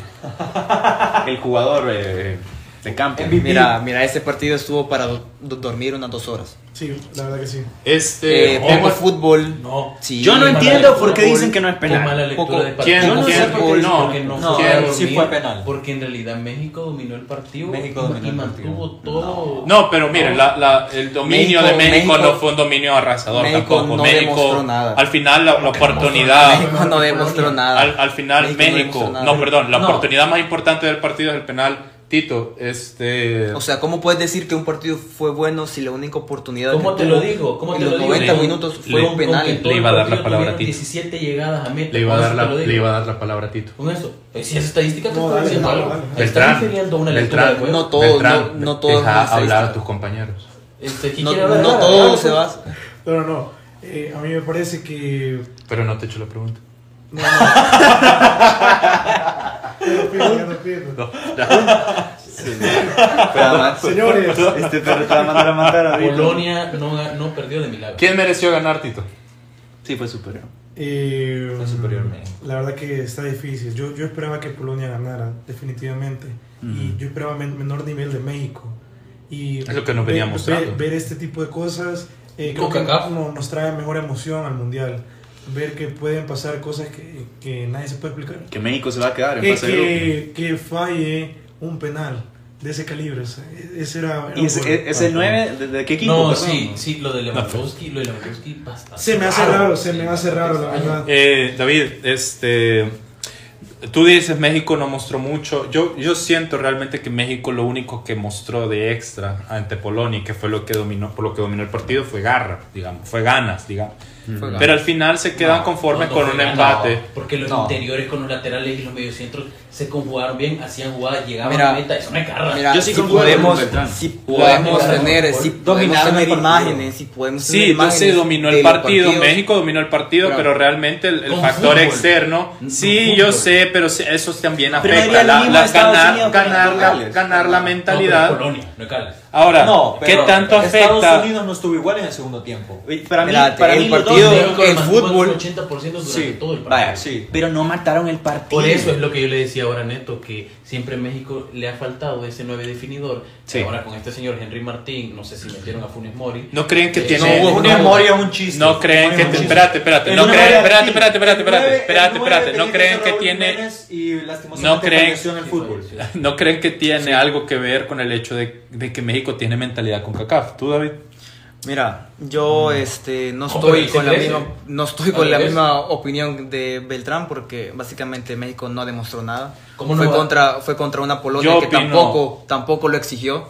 S8: Mm.
S5: El jugador eh, de campo.
S8: Mira, mira, ese partido estuvo para do- do- dormir unas dos horas.
S4: Sí, la verdad que sí.
S3: este...
S8: Eh, poco
S3: Omar-
S8: fútbol.
S7: No.
S8: Sí.
S5: Yo no
S7: Mala
S5: entiendo
S7: lectura
S5: por qué
S7: de
S5: dicen
S7: gol,
S5: que no es
S7: Con mala
S5: penal.
S7: lectura
S8: Poco-
S7: de
S3: ¿Quién?
S7: partido. Yo no
S3: ¿Quién?
S7: sé por qué
S3: ¿Quién?
S7: dicen
S3: No,
S7: que no,
S6: no,
S7: fue a dormir,
S6: sí fue penal.
S7: Porque en realidad México dominó el partido
S6: México dominó
S7: y
S6: el
S7: mantuvo todo.
S3: No, pero miren, la- la- el dominio
S8: México-
S3: de México,
S8: México-
S3: no fue un dominio arrasador
S8: México
S3: tampoco.
S8: no
S3: México,
S8: demostró nada.
S3: al final, la, la oportunidad...
S8: México no demostró nada.
S3: Al, al final México,
S8: demostró
S3: no,
S8: nada.
S3: perdón, la
S6: No.
S3: oportunidad más importante del partido es el penal Tito, este...
S8: O sea, ¿cómo puedes decir que un partido fue bueno si la única oportunidad
S7: ¿Cómo
S8: que
S7: te lo
S8: tuvo
S7: digo? ¿Cómo
S8: en
S7: te
S8: los
S7: lo digo?
S8: 90
S7: Le-
S8: minutos
S7: con-
S8: fue
S7: con
S8: un
S7: que
S8: penal?
S7: todo
S3: Le iba a dar la
S7: el partido
S3: palabra a
S7: tuvieron
S3: Tito.
S7: 17 llegadas a meta.
S3: Le iba, a
S7: Con
S3: dar
S7: eso
S3: la,
S7: te lo digo.
S3: le iba a dar la palabra a Tito.
S7: Con eso. Pues si esa estadística te
S4: No,
S7: está
S4: dale,
S7: diciendo
S4: no,
S7: algo.
S4: dale.
S7: Te está refiriendo a una lectura de
S3: Beltrán,
S7: juego.
S8: No todo,
S3: Beltrán,
S8: no- no todo es
S3: deja
S8: una
S3: hablar
S8: estadística.
S3: a tus compañeros.
S7: Este, ¿qué
S8: No,
S7: quiere hablar?
S8: no todo se va.
S4: No, no, no. Eh, a mí me parece que.
S3: Pero no te he hecho la pregunta.
S4: No, no. Ya no pierdo, ya no pierdo. Señores,
S5: Este perro te va a mandar a matar ahorita.
S7: Polonia no, ga- no perdió de milagro.
S3: ¿Quién mereció ganar, Tito?
S5: Sí, fue superior.
S4: eh,
S7: Fue superior México.
S4: la verdad que está difícil. Yo, yo esperaba que Polonia ganara, definitivamente. Y yo esperaba men- menor nivel de México. Y
S3: Es lo que nos venía
S4: ve-
S3: mostrando.
S4: ve- ver este tipo de cosas eh, creo que
S7: CONCACAF.
S4: no- nos trae mejor emoción al mundial. Ver que pueden pasar cosas que, que nadie se puede explicar.
S5: Que México se va a quedar en
S4: que,
S5: fase de
S4: que,
S5: grupo.
S4: que falle un penal de ese calibre. o sea, e- ese era. era
S5: ¿Y
S4: un
S5: es,
S4: gol.
S6: e-,
S5: es- es el 9? ¿De, de qué equipo?
S7: No,
S5: perdón?
S7: sí, sí, lo de Lewandowski, lo de Lewandowski basta.
S4: se me hace raro, se me hace raro, la verdad.
S3: Eh, David, este, tú dices México no mostró mucho. Yo, yo siento realmente que México lo único que mostró de extra ante Polonia, y que fue lo que dominó, por lo que dominó el partido, fue garra, digamos, fue ganas, digamos. Pero al final se quedan conformes
S7: No, no
S3: con
S7: fue
S3: un
S7: nada,
S3: empate.
S7: no, porque los
S6: No.
S7: interiores con los laterales y los mediocentros se conjugaron bien, hacían jugadas, llegaban
S8: Mira,
S7: a la meta. Eso me carga.
S8: Mira,
S5: Yo sí
S8: si
S5: concuerdo con
S8: podemos,
S5: Beltrán.
S8: si
S7: Podemos
S8: podemos
S7: ganar
S8: tener,
S7: un
S8: si
S7: gol.
S8: podemos
S6: Dominaron
S8: tener
S6: el partido.
S8: imágenes, si podemos tener
S3: Sí, entonces
S8: imágenes
S3: dominó
S8: de
S3: el
S8: los
S3: partido.
S8: partidos.
S3: México dominó el partido,
S8: Claro.
S3: pero realmente el, el
S7: Con
S3: factor
S7: fútbol.
S3: externo,
S7: Con
S3: sí,
S7: fútbol.
S3: yo sé, pero sí, eso también
S5: Pero
S3: afecta.
S5: diría lo
S3: La-
S5: mismo
S3: la-
S5: de Estados
S3: ganar,
S5: Unidos con
S3: ganar, la,
S5: Portugal.
S3: ganar la mentalidad.
S7: No, pero es Polonia, no es Gales.
S3: Ahora,
S6: No,
S3: ¿qué
S6: pero
S3: tanto afecta?
S6: Estados Unidos no estuvo igual en el segundo tiempo.
S5: Oye, Para mí,
S8: Mira,
S5: para
S8: el
S5: mí los dos
S8: partido-
S5: dieron-
S7: Creo que
S8: el
S7: mantuvo
S8: fútbol-
S7: el 80% durante
S6: Sí,
S7: todo el partido.
S6: vaya, sí.
S5: Pero no mataron el partido.
S7: Por eso es lo que yo le decía ahora a Neto, que siempre en México le ha faltado ese 9 definidor.
S5: Sí.
S7: Ahora con este señor Henry Martín, no sé si metieron a Funes Mori.
S3: No creen que
S7: Eh,
S3: tiene.
S7: no,
S6: Funes Mori es un chiste.
S3: No creen que.
S6: Funes Mori es un
S3: Espérate, espérate.
S6: El
S3: No
S6: nueve
S3: creen.
S6: era
S3: Espérate,
S6: así.
S3: espérate, espérate,
S6: El nueve-
S3: espérate. Espérate,
S6: el
S3: espérate. No
S6: nueve tenía que
S3: creen
S6: ser
S3: que
S6: Raúl
S3: tiene.
S6: Jiménez Y lastimosamente
S3: No creen-
S6: falleció en el fútbol.
S7: Sí.
S3: No creen que tiene algo que ver con el hecho de, de que México tiene mentalidad con CACAF. ¿Tú, David?
S8: Mira, yo este no
S7: No, pero
S8: estoy
S7: ¿y
S8: con
S7: si
S8: la
S7: crees?
S8: misma no estoy
S7: ¿No
S8: con la
S7: crees?
S8: misma opinión de Beltrán porque básicamente México no demostró nada.
S7: ¿Cómo no
S8: fue
S7: va?
S8: contra fue contra una Polonia
S3: Yo
S8: que
S3: opino-
S8: tampoco tampoco lo exigió.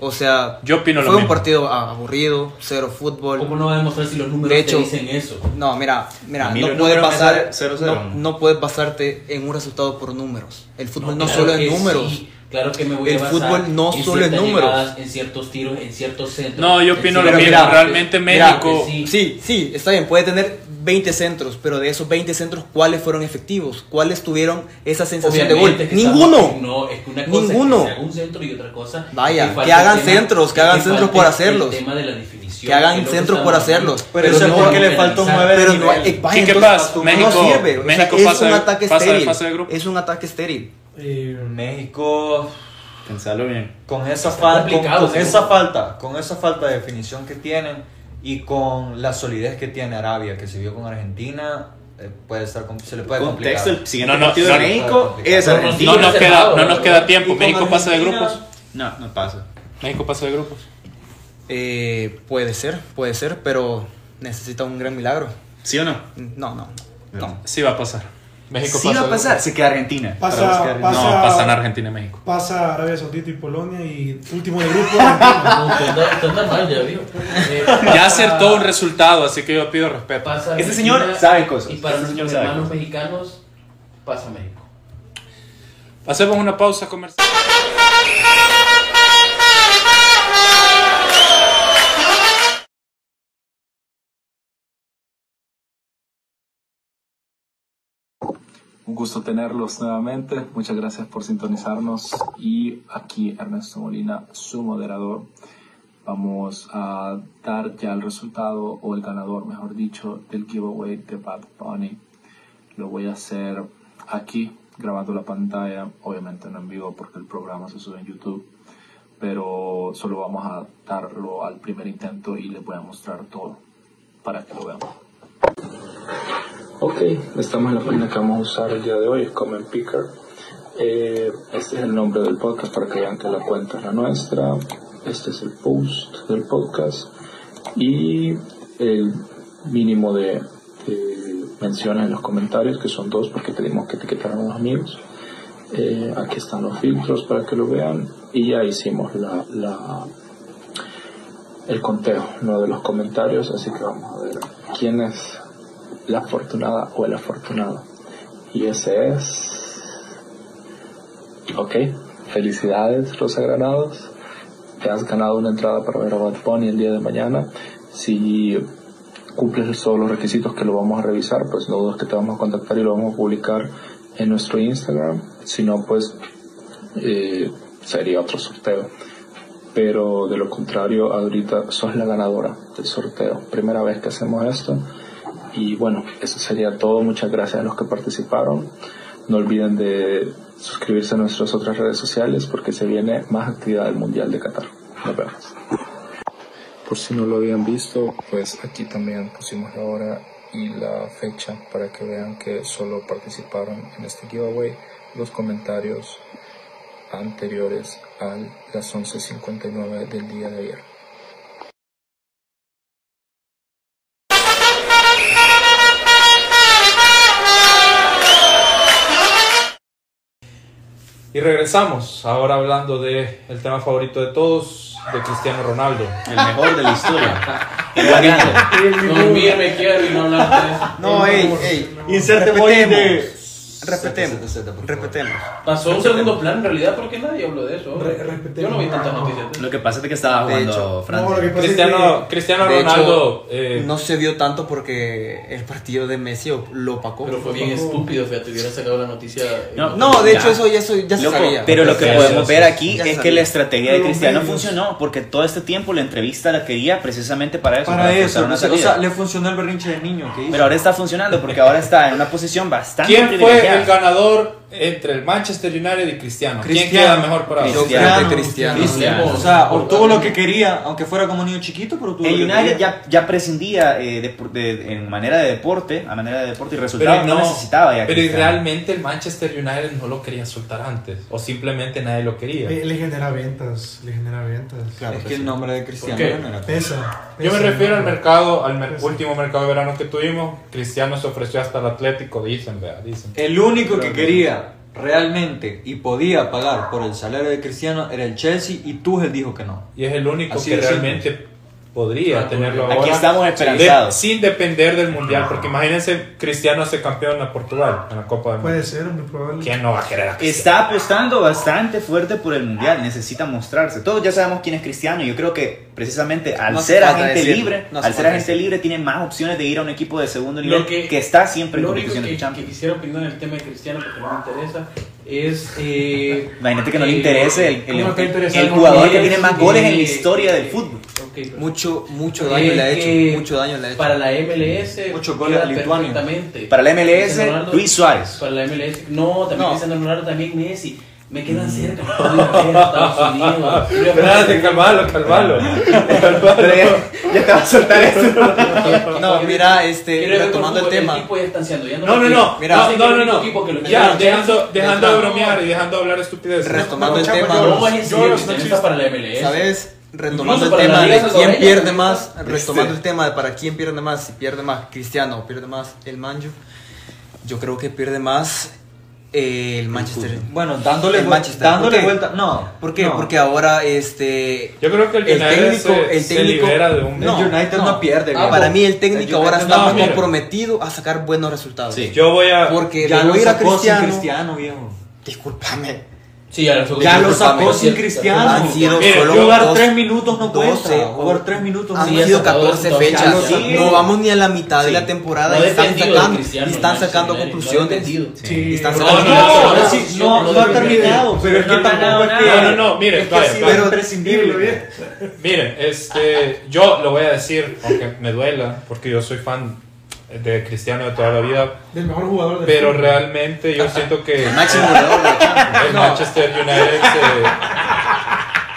S8: O sea,
S3: Yo opino lo
S8: fue un
S3: mismo.
S8: partido ah, aburrido, cero fútbol.
S7: ¿Cómo no va a demostrar si los números
S8: De
S7: te
S8: hecho-
S7: dicen eso?
S8: No, mira, mira,
S5: A mí
S8: no
S5: los
S8: puedes
S5: números me
S8: pasar
S5: salen cero,
S8: no,
S5: cero.
S8: no puedes basarte en un resultado por números. El fútbol no,
S7: claro
S8: solo
S7: que
S8: es números.
S7: sí, Claro que me voy
S8: El
S7: a basar
S8: fútbol no
S7: en
S8: solo es
S7: ciertas
S8: números.
S7: llegadas, en ciertos tiros, en ciertos centros.
S3: No, yo
S7: en
S3: opino lo
S7: ciertas-
S3: mismo.
S8: mira,
S3: Realmente
S8: mira, eh,
S3: México.
S7: sí.
S8: Sí, sí, está bien, puede tener 20 centros, pero de esos 20 centros, ¿cuáles fueron efectivos? ¿Cuáles tuvieron esa sensación
S7: Obviamente
S8: de
S7: que
S8: gol? Ninguno.
S7: estamos- No, es que una cosa
S8: Ninguno.
S7: es que se haga un centro y otra cosa.
S8: Vaya, que
S7: falte el
S8: hagan centros, que hagan centros
S7: falte
S8: por hacerlos.
S7: El tema de la definición.
S8: Que hagan
S7: es lo
S8: centros
S7: estamos
S8: por
S7: hablando.
S8: hacerlos,
S6: Pero eso es
S8: no-
S6: porque le faltó un
S7: analizar.
S6: 9
S8: Pero
S6: de
S8: no,
S6: nivel.
S8: eh, vaya,
S3: ¿Y qué
S8: entonces,
S3: pasa?
S8: no
S3: México-
S8: sirve. O sea,
S3: México
S8: es
S3: pasa
S8: un
S3: de-
S8: ataque
S3: pasa de
S8: estéril.
S3: fase de grupo.
S8: Es un ataque estéril.
S4: Eh,
S6: México
S5: Pensalo bien.
S6: con esa falta con,
S7: complicado,
S6: con
S7: sí.
S6: esa falta con esa falta de definición que tienen y con la solidez que tiene Arabia que se vio con Argentina eh, puede estar compl- se le puede complicar
S5: Contexto, el siguiente
S3: No, no,
S5: partido
S3: no,
S5: de
S3: no.
S5: México
S6: No,
S5: es
S7: no, no,
S5: Argentina.
S3: No nos queda, no nos queda
S6: Y
S3: tiempo.
S6: con
S3: México pasa de
S6: Argentina-
S3: grupos.
S5: No, no pasa.
S3: México pasa de grupos.
S8: Eh, puede ser, puede ser, pero necesita un gran milagro.
S5: ¿Sí o no?
S8: No, no, no.
S3: Sí va a pasar. México
S5: Sí
S3: pasa.
S5: va a
S3: de
S5: pasar. Se queda Argentina.
S4: Pasa-
S5: Para buscar-
S4: pasa-
S3: grupos. No, pasan Argentina y México.
S4: pasa Arabia Saudita y Polonia y último de grupo. Argentina.
S7: No, usted anda- usted anda mal, ya vio. Eh,
S3: Ya acertó un resultado, así que yo pido respeto.
S7: Pasa
S5: Ese
S7: Argentina
S5: señor sabe cosas.
S7: Y para
S5: Ese señor
S7: nuestros
S5: sabe
S7: hermanos
S5: cosas.
S7: mexicanos, pasa México.
S3: Hacemos una pausa comercial.
S1: Un gusto tenerlos nuevamente. Muchas gracias por sintonizarnos. Y aquí Ernesto Molina, su moderador. Vamos a dar ya el resultado o el ganador, mejor dicho, del giveaway de Bad Bunny. Lo voy a hacer aquí, grabando la pantalla. Obviamente no en vivo porque el programa se sube en YouTube. Pero solo vamos a darlo al primer intento y les voy a mostrar todo para que lo vean. Ok, estamos en la página que vamos a usar el día de hoy, es Comment Picker. Eh, este es el nombre del podcast para que vean que la cuenta es la nuestra. Este es el post del podcast y el mínimo de, eh, de menciones en los comentarios, que son dos porque tenemos que etiquetar a unos amigos. eh, aquí están los filtros para que lo vean y ya hicimos la, la- el conteo ¿no? de los comentarios, así que vamos a ver quién es la afortunada o el afortunado. Y ese es... Ok, felicidades Rosa Granados, te has ganado una entrada para ver a Bad Bunny el día de mañana. Si cumples todos los requisitos que lo vamos a revisar, pues no dudes que te vamos a contactar y lo vamos a publicar en nuestro Instagram. Si no, pues eh, sería otro sorteo. Pero de lo contrario, ahorita sos la ganadora del sorteo. Primera vez que hacemos esto. Y bueno, eso sería todo. Muchas gracias a los que participaron. No olviden de suscribirse a nuestras otras redes sociales porque se viene más actividad del Mundial de Qatar. Nos vemos por si no lo habían visto, pues aquí también pusimos la hora y la fecha para que vean que solo participaron en este giveaway los comentarios anteriores a las 11.59 del día de ayer.
S3: Y regresamos, ahora hablando de el tema favorito de todos, de Cristiano Ronaldo.
S5: El mejor de la historia. El ganando.
S7: No, mira, me quiero y no hablaste de eso.
S8: Eh, No, ey, ey.
S5: Inserte voice de-
S8: Respetemos. Respetemos.
S7: Pasó a un segundo plan en realidad porque nadie habló de eso.
S4: Re- respetemos.
S7: Yo no vi tantas noticias. de eso.
S5: Lo que pasa es que estaba
S8: De
S5: jugando
S8: hecho.
S4: No, lo que
S5: Francia.
S3: pues,
S4: pasa es
S3: Cristiano, Cristiano
S8: De hecho,
S3: Ronaldo, eh,
S8: No se vio tanto porque el partido de Messi lo opacó.
S7: Pero fue bien estúpido, fíjate, hubiera sacado la noticia.
S5: No,
S8: No, de
S5: Ya.
S8: hecho eso ya, eso ya se
S5: Loco,
S8: sabía.
S5: pero lo que
S3: Ya
S5: podemos
S3: se-
S5: ver aquí
S8: ya
S5: es
S8: se-
S5: que la estrategia de
S4: Los
S5: Cristiano
S4: medios.
S5: funcionó porque todo este tiempo la entrevista la quería precisamente para eso.
S6: Para eso,
S5: forzar una
S8: pues,
S6: o sea,
S5: salida.
S6: le funcionó el berrinche de niño que hizo.
S5: Pero ahora está funcionando porque ahora está en una posición bastante
S3: ¿quién fue
S5: privilegiada.
S3: el ganador entre el Manchester United y Cristiano? ¿Quién
S6: Cristiano.
S3: queda mejor para
S8: Yo
S3: vos?
S5: Cristiano.
S8: creo que Cristiano.
S5: Cristiano.
S6: o sea, obtuvo lo que quería, aunque fuera como un niño chiquito, pero obtuvo
S5: El
S6: lo que quería.
S5: United ya, ya prescindía eh, de, de- en manera de deporte, a manera de deporte y resultado
S3: Pero
S5: no,
S3: no,
S5: necesitaba ya
S3: pero y
S5: Cristiano.
S3: realmente el Manchester United no lo quería soltar antes, o simplemente nadie lo quería.
S5: Eh,
S4: Eh, Le, le genera ventas, le genera ventas.
S6: Es que el nombre de Cristiano
S7: ¿Por qué?
S6: no era
S4: Pesa,
S3: Yo me
S4: pesa.
S3: refiero al mercado, al mer-
S4: Eso.
S3: último mercado de verano que tuvimos. Cristiano se ofreció hasta el Atlético, dicen, vea, dicen.
S6: El único que quería realmente y podía pagar por el salario de Cristiano era el Chelsea y Tuchel dijo que no.
S3: Y es el único
S6: Así
S3: que
S6: de simple.
S3: realmente podría
S7: Ah,
S3: tenerlo
S5: Aquí
S3: ahora.
S5: estamos
S3: De-
S5: esperanzados.
S3: sin depender del mundial, porque imagínense Cristiano hace campeón a Portugal en la Copa del
S4: Puede
S3: Mundo.
S4: ser, muy probable.
S3: ¿Quién no va a querer a Cristiano?
S5: Está apostando bastante fuerte por el mundial, necesita mostrarse. Todos ya sabemos quién es Cristiano. y Yo creo que precisamente al
S8: No hace
S5: ser
S8: falta
S5: agente
S8: decirlo,
S5: libre,
S8: no hace
S5: al ser
S8: falta
S5: agente
S8: decirlo.
S5: libre tiene más opciones de ir a un equipo de segundo
S7: Lo
S5: nivel que,
S7: que-
S5: está siempre en
S7: Lo único que,
S5: competiciones de
S7: que
S5: Champions.
S7: quisiera opinar en el tema de Cristiano, porque no me interesa, es. eh,
S5: Imagínate que no le
S7: eh,
S5: interese el- el-
S7: ¿cómo está
S5: el
S7: interesado?
S5: jugador que
S7: Es,
S5: tiene más goles en la
S7: eh,
S5: historia del fútbol.
S7: ok, pero-
S8: Mucho, mucho daño le ha
S7: Eh, eh,
S8: hecho. Mucho daño le ha hecho.
S7: Para la MLS.
S6: Muchos goles
S7: queda
S6: a Lituania.
S7: perfectamente.
S5: Para la MLS,
S7: Cristiano Ronaldo.
S5: Luis Suárez.
S7: Para la MLS. No, también
S8: No. Mm.
S7: Cristiano Ronaldo, también Messi. Me quedan cerca. Voy a ver a Estados Unidos. Voy a ver a-
S3: Espérate, calmalo, calmalo.
S5: Pero ya, ya te va a soltar eso.
S8: No, mira, este,
S7: Quiero ver
S8: retomando el
S7: cómo
S8: tema.
S7: equipo ya está ansiando, ya
S3: No, no, no.
S8: Mira,
S3: no,
S7: sé
S3: no,
S7: que
S3: no,
S7: el
S3: no.
S7: equipo que lo-
S3: Ya,
S7: Entonces,
S3: dejando, dejando de
S8: entrando-
S3: bromear y dejando de hablar estupideces.
S8: Retomando el
S4: No,
S8: tema.
S4: chavo,
S7: ¿Cómo es en serio que está para la MLS?
S8: ¿Sabes?
S7: Incluso
S8: Retomando el
S7: para la
S8: tema
S7: Liga
S8: de quién
S7: Salvadoreña,
S8: pierde
S7: ¿no?
S8: más, retomando el tema de para quién pierde más, si pierde más Cristiano o pierde más el Manju, yo creo que pierde más eh, el Manchester.
S6: Bueno, dándole,
S8: El
S6: vu-
S8: Manchester.
S6: dándole
S8: ¿Por qué?
S6: vuelta. No.
S8: ¿Por qué?
S6: no.
S8: Porque ahora este
S3: Yo creo que el,
S8: El
S3: United
S8: técnico-
S3: se,
S8: el
S3: se
S8: técnico-
S3: libera de un...
S6: el
S8: no,
S6: United no,
S8: no.
S6: pierde.
S7: Ah,
S6: viejo.
S8: para mí el
S6: El
S8: técnico ahora
S6: United
S8: está
S3: no,
S8: más
S3: mira.
S8: comprometido a sacar buenos resultados.
S5: Sí.
S3: Yo voy a...
S8: Porque
S6: ya
S8: de
S6: lo
S8: no ir a
S6: sacó
S8: Cristiano,
S6: sin Cristiano, viejo.
S8: discúlpame,
S7: Sí, ya lo,
S6: Ya lo sacó
S7: Discúlpame,
S6: sin
S7: sí,
S6: Cristiano.
S8: han sido
S3: Mira,
S8: solo
S6: Jugar
S8: dos-
S6: tres minutos no
S8: 12
S6: cuenta.
S8: o-
S6: Jugar tres minutos
S8: Han
S6: no
S7: sí, ya
S8: sido
S6: cuenta.
S7: sacó dos
S8: 14
S7: puntos,
S8: fechas,
S7: ya lo
S8: no
S7: sacó.
S8: vamos ni a la mitad de
S7: Sí.
S8: la temporada
S7: No
S8: y están
S7: defendido de
S8: sacando,
S7: Cristiano,
S8: y están
S7: no,
S8: sacando
S7: no
S8: conclusiones.
S7: defendido.
S4: Sí.
S8: Están
S4: No,
S8: sacando
S3: no,
S8: conclusiones.
S3: no,
S6: ahora sí, no, no ha terminado. Pero es que
S7: No, no,
S6: tampoco
S7: no,
S6: es
S7: no.
S6: que.
S3: No, no, no, mire,
S6: es que ha
S3: vaya,
S6: sido
S3: vaya.
S6: imprescindible.
S3: Miren, este, yo lo voy a decir, aunque me duela, porque yo soy fan de Cristiano de toda la vida,
S4: Del mejor jugador del
S3: pero
S4: fútbol.
S3: realmente yo siento que el
S8: Máximo goleador de la Champions.
S3: Manchester United se-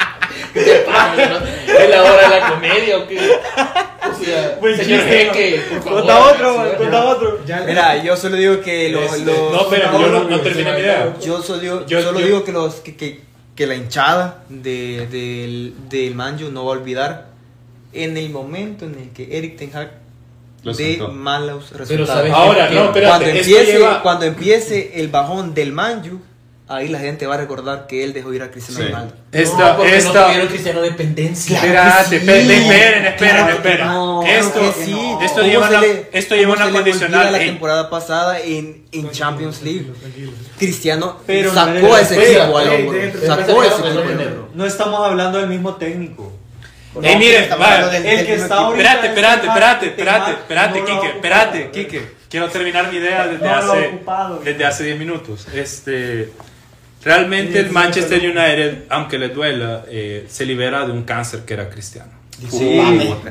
S7: ¿Es la hora de la comedia o qué? O sea,
S6: Buen
S7: señor
S6: chiste.
S7: jeque, por favor.
S6: Cuenta otro,
S7: señor.
S6: güey, cuenta otro.
S4: Ya-
S8: Mira, yo solo digo que los,
S3: Este,
S8: los-
S3: no, pero yo no, no terminé mi idea.
S8: yo solo digo,
S3: yo-
S8: solo
S3: yo-
S8: digo que los que, que- que la hinchada de, del, del Manju no va a olvidar en el momento en el que Eric Ten Hag
S5: Lo
S8: dé
S5: sentó.
S8: malos
S7: Pero
S8: resultados.
S7: sabes
S3: Ahora,
S7: que-
S3: no, espérate,
S8: cuando
S3: esto
S8: empiece,
S3: lleva-
S8: cuando empiece el bajón del Manju, ahí la gente va a recordar que él dejó ir a Cristiano
S5: Sí.
S8: Ronaldo.
S3: Esta,
S7: no, porque no
S3: esta.
S7: tuvieron cristiano dependencia.
S3: Espérate,
S8: sí.
S3: esperen, esperen, esperen,
S8: Claro que
S3: esperen.
S8: no, claro
S3: esto,
S8: que sí.
S3: esto
S8: ¿Cómo
S3: lleva
S8: se
S3: una,
S8: le-
S3: esto lleva
S8: cómo
S3: una
S8: se le olvida
S3: condicional. eh.
S8: la
S3: Ey,
S8: temporada pasada en, en Champions League.
S4: Tranquilo, tranquilo.
S8: Cristiano
S6: Pero no
S8: sacó
S6: era
S8: a ese
S6: la espera,
S8: equipo al
S4: ey,
S8: hombro.
S4: de- de-
S8: Sacó a ese
S7: de-
S8: equipo al
S7: de-
S8: hombro.
S6: No estamos hablando del mismo técnico.
S3: Ey, miren,
S5: estamos
S3: va,
S5: hablando del-
S6: El que está ahorita.
S3: Espérate, espérate,
S6: en
S3: espérate,
S6: Ten Hag,
S3: espérate, espérate,
S6: no lo ha
S3: Kike,
S6: ocupado.
S3: espérate, Kike. Quiero terminar mi idea desde
S6: No lo ha
S3: hace
S6: ocupado,
S3: desde hace 10 minutos. Este realmente el Manchester United, aunque le duela, eh, se libera de un cáncer que era Cristiano.
S5: Sí.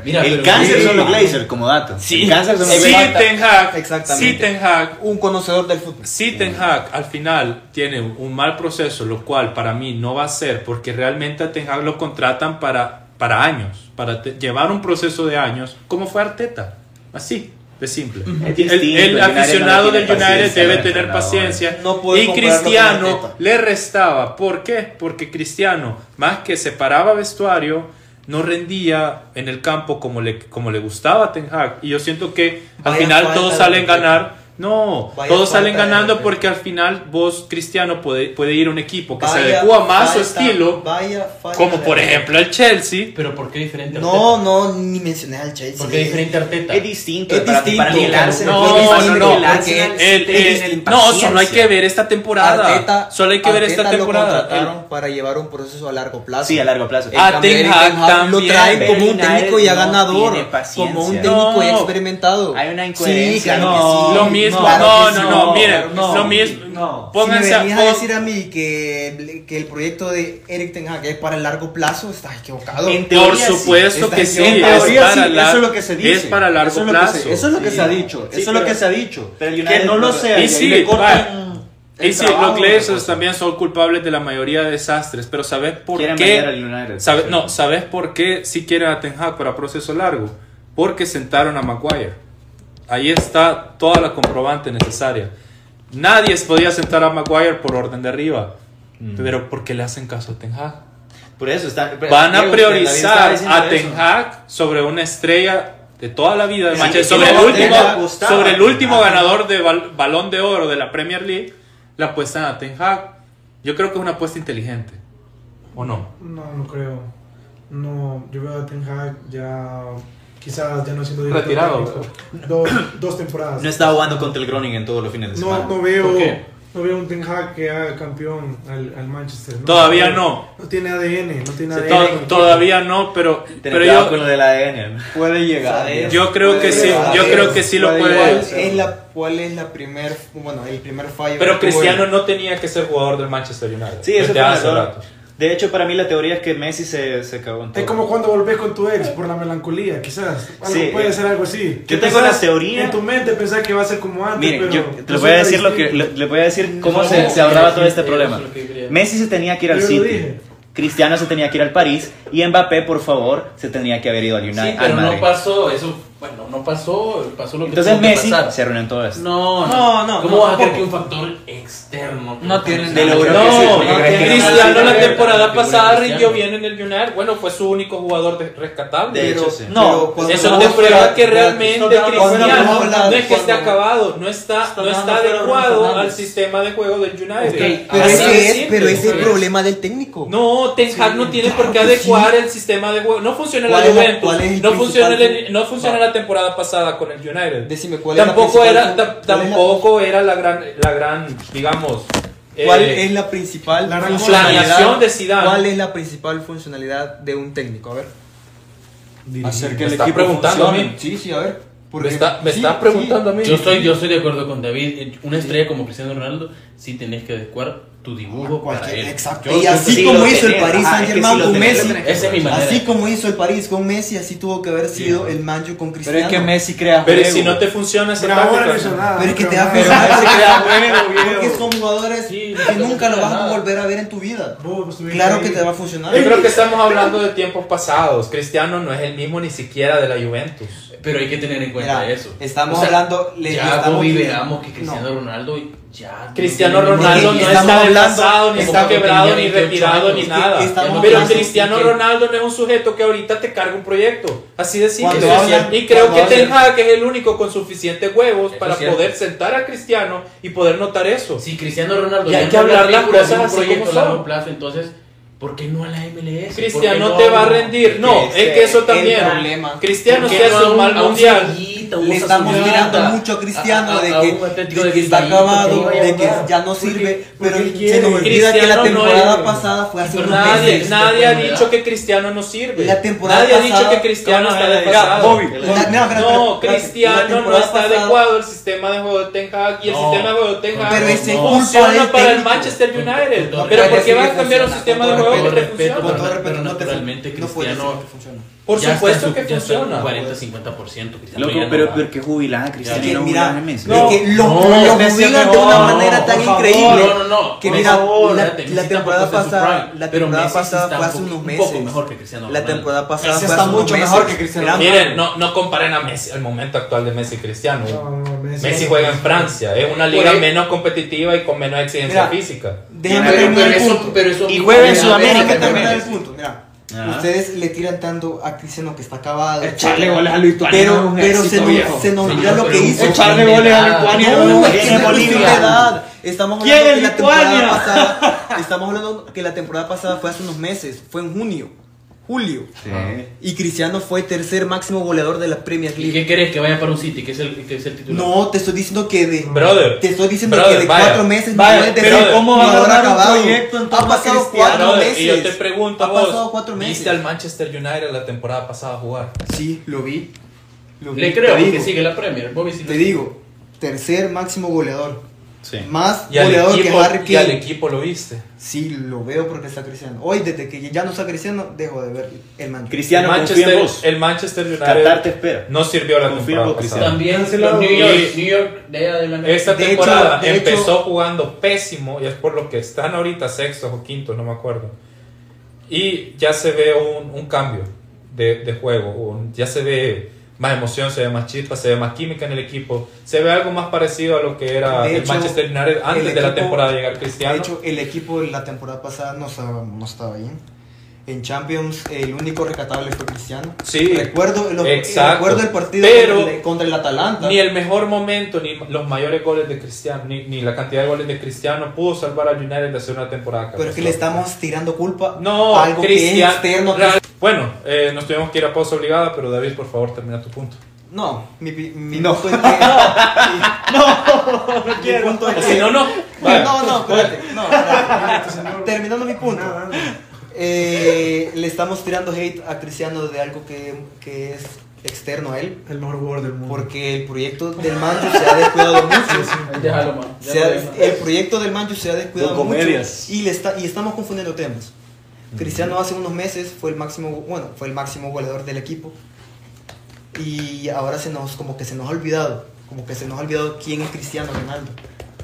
S7: Mira,
S5: el
S7: pero-
S5: cáncer
S7: sí.
S5: son los Glazers, como dato. El cáncer son los
S3: sí,
S5: Glazers.
S3: Ten Hag,
S8: Exactamente.
S3: sí, Ten Hag,
S8: Un conocedor del fútbol.
S3: Si Ten Hag al final tiene un mal proceso, lo cual para mí no va a ser, porque realmente a Ten Hag lo contratan para, para años, para te- llevar un proceso de años, como fue Arteta, así de simple.
S5: Es
S3: El,
S5: distinto,
S3: el
S5: el United
S3: aficionado
S5: no tiene
S3: del United
S5: paciencia,
S3: debe
S5: no,
S3: tener
S5: no,
S3: paciencia
S8: no puede
S3: y
S8: compararlo con
S3: Cristiano
S8: Arteta.
S3: le restaba. ¿Por qué? Porque Cristiano, más que separaba vestuario, no rendía en el campo como le, como le gustaba a Ten Hag. Y yo siento que al
S8: Vaya
S3: final
S8: falta
S3: todos
S8: de
S3: salen
S8: respeto.
S3: ganar. No,
S8: Vaya
S3: todos
S8: falta
S3: salen
S8: de
S3: ganando
S8: respeto.
S3: porque al final vos, Cristiano, puede, puede ir a un equipo que se
S8: Vaya
S3: adecua más a su
S8: falta-
S3: estilo,
S8: vaya falta
S3: como
S8: de-
S3: por ejemplo el Chelsea.
S7: Pero ¿por qué diferente
S8: No,
S7: Arteta?
S8: no, ni mencioné al Chelsea.
S7: ¿Por qué diferente Arteta?
S5: Es distinto.
S8: Es
S5: para-
S8: distinto.
S5: Para mí el Arsenal.
S3: No,
S5: porque para mí
S3: no,
S5: el
S3: no,
S5: Arsenal
S8: porque
S3: El-
S5: tiene
S3: el-
S5: la
S3: no, solo hay
S5: impaciencia.
S3: que ver esta temporada.
S8: Arteta-
S3: solo hay que ver esta
S8: Arteta Lo
S3: temporada.
S8: contrataron para llevar un proceso a largo plazo.
S5: Sí, a largo plazo.
S8: En
S3: Ah,
S8: cambio,
S3: Ten
S8: Eric
S3: Hag
S8: lo
S3: también.
S8: traen como un
S5: Pero
S8: técnico ya
S5: United no
S8: ganador,
S5: tiene paciencia.
S8: como un técnico ya
S3: No.
S8: experimentado.
S5: Hay una incoherencia.
S8: Sí, claro
S6: No,
S8: que sí.
S3: Lo mismo,
S8: claro
S3: no,
S8: que
S3: no,
S8: sí.
S3: no, miren,
S6: claro que no.
S3: lo mismo.
S6: No.
S3: Pónganse
S8: si me venís a,
S3: pon-
S8: decir a mí que, que el proyecto de Eric Ten Hag es para el largo plazo, estás equivocado.
S5: En
S3: Por
S5: teoría, sí.
S3: supuesto que
S8: Está-
S3: sí,
S8: en
S3: es
S8: teoría,
S3: para
S6: sí,
S3: lar-
S6: eso es lo que se dice.
S3: Es para largo
S6: eso es lo que se-
S3: plazo.
S6: eso es lo que se ha dicho.
S5: Sí,
S6: eso es lo
S5: pero-
S6: que se ha dicho.
S5: pero el
S6: que
S5: United-
S6: no lo sea.
S3: Y
S6: que
S3: sí, vale.
S6: le cortan el
S3: Y sí,
S6: trabajo, pues.
S3: los Glazers
S6: cosa.
S3: también son culpables de la mayoría de desastres, pero ¿sabes por
S5: Quieren
S3: qué?
S5: vender al United,
S3: ¿Sabe-
S5: sí.
S3: No, ¿sabes por qué si quieren a Ten Hag para proceso largo? Porque sentaron a Maguire. Ahí está toda la comprobante necesaria. Nadie podía sentar a Maguire por orden de arriba,
S6: Mm.
S3: pero ¿por qué le hacen caso a Ten Hag?
S5: Por eso está.
S3: Van a
S5: Diego, David estaba
S3: priorizar
S5: diciendo
S3: a
S5: eso.
S3: Ten Hag sobre una estrella de toda la vida de
S5: Sí,
S3: Manchester,
S5: sí,
S3: sobre
S5: sí,
S3: el
S5: sí,
S3: último,
S5: le apostaba
S3: sobre el
S5: a Ten
S3: último
S5: Hag.
S3: ganador de bal- balón de oro de la Premier League, la apuesta a Ten Hag. Yo creo que es una apuesta inteligente, ¿o no?
S4: No, no creo. No, yo veo a Ten Hag ya quizás ya no siendo
S3: Retirado.
S4: técnico. Dos, dos temporadas.
S5: No está jugando contra el Groningen todos los fines de semana.
S4: No, no veo,
S3: ¿Por qué?
S4: no veo un Ten Hag que haga campeón al, al Manchester. ¿no?
S3: Todavía no.
S4: No tiene ADN, no tiene
S5: Se
S4: ADN.
S3: To- todavía no, pero,
S5: Ten
S3: pero
S5: cuidado
S3: yo,
S5: con lo del ADN.
S6: Puede llegar.
S3: yo creo que sí, yo creo que sí lo
S8: ¿Cuál
S3: puede.
S8: es la, cuál es la primer, bueno, el primer fallo?
S3: Pero
S8: que tuvo
S3: Cristiano
S8: él?
S3: no tenía que ser jugador del Manchester United.
S5: Sí,
S3: desde
S5: eso fue un
S3: hace
S5: error.
S3: rato.
S5: De hecho, para mí la teoría es que Messi se, se cagó en todo.
S4: Es como cuando volvés con tu ex por la melancolía, quizás. Algo
S5: Sí,
S4: puede
S5: eh,
S4: ser algo así.
S5: yo
S4: Que
S5: tengo
S4: pensás-
S5: la teoría-
S4: En tu mente pensás que va a ser como antes.
S5: Miren,
S4: pero
S5: yo te lo voy a
S4: resulta
S5: decir lo que
S4: distinto.
S5: le, le voy a decir cómo
S7: No,
S5: se, se
S7: no,
S5: ahorraba
S7: no,
S5: todo este
S7: no,
S5: problema.
S7: no, no, no, no.
S5: Messi se tenía que ir al
S4: Yo lo
S5: City.
S4: dije.
S5: Cristiano se tenía que ir al París y Mbappé, por favor, se tenía que haber ido al United.
S7: Sí,
S5: al
S7: pero no
S5: Madrid.
S7: pasó, eso, bueno, no pasó, pasó lo que
S5: Entonces
S7: tuvo que
S5: Messi
S7: pasar.
S5: se arruinó en todo esto.
S7: No,
S6: No, no,
S7: ¿Cómo
S6: no,
S7: vas a creer
S6: tampoco.
S7: que un factor externo?
S6: No tiene
S5: De lo
S6: nada que
S5: creo que sí,
S3: No,
S5: yo creo que
S3: Cristiano
S5: no.
S3: la temporada
S7: Figura
S3: pasada
S7: Cristiano.
S3: rindió bien en el United. Bueno, fue su único jugador de- rescatable.
S5: De
S8: Pero-
S5: hecho, sí.
S8: pero
S6: No,
S8: cuando
S3: Eso
S8: no
S3: te
S8: fue-
S3: prueba que
S8: cuando-
S3: realmente
S8: cuando no fue
S3: Cristiano
S8: la-
S3: no es que esté
S8: cuando-
S3: acabado, no está, no está
S6: Fernando Ferro
S3: adecuado al
S6: Fernández.
S3: sistema de juego del United.
S7: Ok,
S8: Pero
S3: Así
S7: Ahora
S8: ese
S3: de
S8: es,
S3: simple,
S8: pero ese es el
S3: ¿sabes?
S8: problema del técnico.
S3: No, Ten Hag no tiene por qué adecuar el sistema de juego. No funciona la
S8: ¿Cuál es la-
S3: Juventus.
S8: cuál es el
S3: No funciona,
S8: principal-
S3: el- no funciona
S8: Va.
S3: la temporada pasada con el United.
S8: Decime, ¿cuál es la
S3: tampoco
S8: principal-
S3: era, ta-
S8: cuál es la-
S3: tampoco era la gran, la gran, digamos.
S8: ¿Cuál
S3: eh,
S8: es la principal
S4: la
S8: funcionalidad-
S3: planeación de Zidane?
S8: ¿Cuál es la principal funcionalidad de un técnico? A ver.
S6: Hacer que
S3: Me
S6: el
S3: está
S6: equipo
S3: preguntando a mí.
S6: funcione.
S8: Sí, sí, a ver.
S3: me
S8: porque-
S3: está, me
S8: sí,
S3: está
S8: sí.
S3: preguntando a mí.
S7: Yo estoy, yo estoy de acuerdo con David. Una estrella como Cristiano Ronaldo, sí tenés que adecuar tu dibujo para
S8: Ah, Cualquier-
S7: él.
S8: exacto.
S7: Yo-
S8: Y así
S5: sí
S8: como
S5: lo
S8: hizo el
S7: Ah,
S5: tenés.
S8: París
S5: Ajá,
S8: Saint Germain
S5: es que sí
S8: con
S5: lo tenés.
S8: Messi.
S7: Esa es mi manera.
S8: Así como hizo el París con Messi, así tuvo que haber sido el Manjo con
S6: Pero
S8: Cristiano.
S6: es que Messi crea
S3: Pero
S6: juego.
S3: si no te funciona esa
S4: Pero ahora no
S3: táctica,
S4: hizo nada.
S8: Pero es que
S4: no
S8: te
S4: hizo
S8: da
S4: nada.
S8: pesar.
S6: Messi crea juego,
S8: Porque
S6: viejo.
S8: son jugadores
S7: Sí,
S8: que
S7: no
S8: nunca lo vas a
S7: nada.
S8: volver a ver en tu vida.
S4: Vos estuviste
S8: Claro
S4: ahí.
S8: que te va a funcionar.
S3: Yo creo que estamos hablando de tiempos pasados. Cristiano no es el mismo ni siquiera de la Juventus.
S7: Pero hay que tener en cuenta
S8: Mira,
S7: eso.
S8: estamos
S7: O sea,
S8: hablando- le-
S7: ya
S8: le estamos-
S7: no viviramos que
S8: no.
S7: Cristiano Ronaldo ya. no
S3: Cristiano
S7: tiene
S3: Ronaldo
S7: ningún-
S3: no
S8: Estamos
S3: está
S8: hablando-
S3: desfasado, ni
S7: estamos-
S3: está quebrado, ni
S7: tenía 28
S3: retirado,
S7: años.
S3: ni
S7: Es
S3: nada.
S8: que estamos
S3: Pero
S8: hablando-
S3: Cristiano
S7: que-
S3: Ronaldo no es un sujeto que ahorita te carga un proyecto. Así de simple.
S8: Cuando hablan-
S3: Y creo que
S8: cuando
S3: Ten
S8: hablan-
S3: Hag es el único con suficientes huevos
S7: Eso
S3: para
S7: es cierto.
S3: poder sentar a Cristiano y poder notar eso.
S7: Si Cristiano Ronaldo
S3: Y hay
S7: ya
S3: que
S7: no
S3: hablar las
S7: articula
S3: cosas
S7: un
S3: así
S7: proyecto
S3: como
S7: a largo
S3: son.
S7: plazo, entonces, ¿por qué no a la MLS? ¿Por qué
S3: Cristiano
S7: no
S3: te va a
S7: un-
S3: rendir. No,
S8: Ese
S3: es que eso
S8: es
S3: también.
S8: el problema.
S3: Cristiano
S7: ¿por qué
S3: se
S7: no
S3: hace
S7: a
S3: un mal
S7: a
S3: mundial.
S7: Sevillita, un
S8: Le estamos
S7: Sassuolo,
S8: mirando
S7: a-
S8: mucho a Cristiano
S7: a- a-
S8: de
S7: a
S8: que,
S7: un Atlético
S8: de
S7: de
S8: que está
S7: Bilbao,
S8: acabado,
S7: ¿por qué no
S8: de que
S7: vaya a
S8: ya no
S7: jugar?
S8: sirve,
S4: porque
S8: pero
S4: quiere.
S8: se nos olvida que
S3: Cristiano
S8: la
S3: no
S8: temporada
S3: es-
S8: pasada fue hace
S7: Pero
S8: unos
S3: Nadie,
S8: meses.
S3: nadie ha
S7: ¿verdad?
S3: dicho que Cristiano no sirve.
S8: La temporada
S3: nadie ha
S8: pasada-
S3: dicho que Cristiano está desfasado.
S6: Bobby,
S8: La- mira, mira, mira,
S3: No,
S8: espérate, la
S3: Cristiano no
S8: temporada
S3: está
S8: pasada-
S3: adecuado al sistema de juego de Ten Hag y el
S7: No,
S3: sistema de juego de Ten Hag
S8: Pero ese es
S7: No,
S8: culpa
S3: funciona
S8: del
S3: para el
S8: técnico.
S3: Manchester United.
S7: No,
S3: pero
S8: puede
S3: ¿por qué
S8: decir
S3: vas
S8: que
S3: a cambiar un
S8: funciona,
S3: sistema
S8: con
S3: de
S8: todo
S3: juego que
S7: respeto,
S3: te
S7: con todo
S3: funciona?
S8: Con todo
S7: Pero
S8: respeto, no te
S7: naturalmente
S8: no puedes decir
S7: Cristiano-
S8: que funciona.
S3: Por
S7: ya está en
S3: supuesto
S7: su-
S3: que
S7: ya está en un
S3: funciona.
S7: 40-50%. Cristiano
S5: Loco,
S7: ya no
S5: pero,
S7: va.
S5: pero que jubilan a Cristiano
S8: Es que
S5: no
S8: mira,
S5: jubilan a Messi.
S3: No,
S8: es que lo,
S7: no,
S8: lo
S7: Messi
S8: jubilan
S7: no,
S8: de una
S7: no,
S8: manera tan
S7: por favor,
S8: increíble
S7: no, no, no,
S8: que
S7: por
S8: mira,
S7: favor,
S8: la,
S7: espérate,
S8: la
S7: Messi
S8: temporada
S7: tampoco está en su
S8: pasada,
S7: prime,
S8: la
S7: pero
S8: temporada
S7: Messi sí
S8: pasada
S7: está
S8: fue
S7: un
S8: hace
S7: poco-
S8: unos
S7: un
S8: meses.
S7: poco mejor que Cristiano
S8: La
S7: Ronaldo.
S8: temporada pasada
S6: Messi
S8: fue
S6: está
S8: hace unos
S6: mucho mejor
S8: meses.
S6: que Cristiano.
S3: Miren, no, no comparen a Messi, al momento actual de Messi y Cristiano.
S4: No, no,
S3: Messi juega en Francia, es una liga
S6: Por ahí-
S3: menos competitiva y con menos exigencia
S8: e- Mira,
S3: física.
S8: Déjame
S7: Pero-
S8: terminar
S7: pero
S8: el
S7: eso-
S8: punto.
S7: pero Ah. eso-
S5: Y juega en
S7: Mira,
S5: Sudamérica
S7: déjame
S5: también.
S8: Déjame terminar
S7: terminar.
S8: el punto. Mira,
S5: Ajá.
S8: ustedes le tiran tanto a Cristiano que está acabado.
S5: Echarle goles a Luis Tuani era
S8: Pero,
S5: un
S8: pero
S5: éxito,
S8: se,
S5: viejo.
S8: nos, se nos olvida
S7: Señor,
S8: lo que
S7: pero
S8: hizo.
S7: un
S5: Echarle
S7: Bolivia.
S5: goles a Lituania era un
S8: No, es
S5: éxito
S8: que
S5: en
S8: no es
S5: Bolivia.
S8: edad. Estamos
S3: ¿Quién
S8: hablando
S3: es
S8: que la
S3: Lituania?
S8: temporada pasada. Estamos hablando que la temporada pasada fue hace unos meses. Fue en junio, julio.
S5: Sí.
S8: Y Cristiano fue tercer máximo goleador de la Premier
S7: ¿Y
S8: League.
S7: qué querés que vaya para un City? Que es el, que es el titular.
S8: No, te estoy diciendo que de.
S3: Brother,
S8: Te estoy diciendo
S3: brother,
S8: que de
S3: vaya,
S8: cuatro meses no
S3: vaya,
S8: puedes decir
S3: pero
S6: ¿cómo va a
S8: jugador
S6: lograr un
S8: acabado.
S6: proyecto en
S8: Ha
S6: torno a
S8: pasado
S6: Cristiano?
S8: cuatro
S3: Brother,
S8: meses.
S3: y yo te pregunto,
S8: Ha
S3: vos,
S8: pasado cuatro meses.
S3: ¿viste al Manchester United la temporada pasada jugar?
S8: Sí, lo vi. Lo vi,
S7: Le
S8: te
S7: creo que
S8: digo,
S7: sigue la Premier. Bobby sí
S8: Te
S7: lo-
S8: digo, tercer máximo goleador.
S5: Sí.
S8: Más
S3: Y al,
S8: goleador que
S3: equipo,
S8: Harry
S3: y al
S8: Kane.
S3: equipo lo viste.
S8: Sí, lo veo porque está Cristiano. Hoy, desde que ya no está Cristiano, dejo de ver el Manchester.
S5: Cristiano,
S3: el,
S5: confía en
S3: Manchester,
S5: vos.
S3: el Manchester United
S5: Qatar te espera.
S3: no sirvió la
S5: Confía en
S3: temporada
S5: vos,
S3: pasada.
S5: Cristiano.
S7: También
S4: Cancelado.
S7: los New York, New York de allá de la
S3: Esta
S8: De
S3: temporada
S8: hecho- de hecho-
S3: empezó jugando pésimo y es por lo que están ahorita sextos o quintos, no me acuerdo. Y ya se ve un, un cambio de, de juego, un- ya se ve más emoción, se ve más chispa, se ve más química en el equipo, se ve algo más parecido a lo que era
S8: De
S3: el
S8: hecho,
S3: Manchester United antes
S8: el
S3: de la
S8: equipo-
S3: temporada de llegar
S8: De
S3: Cristiano.
S8: hecho, el equipo la temporada pasada no estaba, no estaba bien. En Champions, el único rescatable fue Cristiano.
S3: Sí,
S8: Recuerdo, los-
S3: exacto.
S8: recuerdo el partido
S3: Pero-
S8: contra, el, contra el Atalanta.
S3: Ni el mejor momento, ni los mayores goles de Cristiano, ni, ni la cantidad de goles de Cristiano pudo salvar al United de hacer una temporada
S8: Pero es que
S3: catastrófica.
S8: le estamos tirando culpa
S3: No,
S8: a algo
S3: Cristian-
S8: que es externo. a
S3: Ra- Bueno, eh, nos tuvimos que ir a pausa obligada, pero David, por favor, termina tu punto.
S8: No, mi, pi- mi
S5: No.
S8: punto es que. no, no quiero.
S3: O si no, no. Vale.
S8: No, no, espérate. No, espérate. Terminando mi punto.
S4: Nada, nada.
S8: Eh, le estamos tirando hate a Cristiano de algo que, que es externo a él.
S4: El mejor jugador del mundo.
S8: Porque el proyecto del Manju se ha descuidado mucho.
S7: Déjalo, man.
S8: Se ha- el proyecto del Manju se ha descuidado
S5: Con
S8: mucho.
S5: comedias.
S8: Y, le está, y estamos confundiendo temas. Cristiano hace unos meses fue el máximo, bueno, fue el máximo goleador del equipo. Y ahora se nos, como que se nos ha olvidado. Como que se nos ha olvidado quién es Cristiano Ronaldo.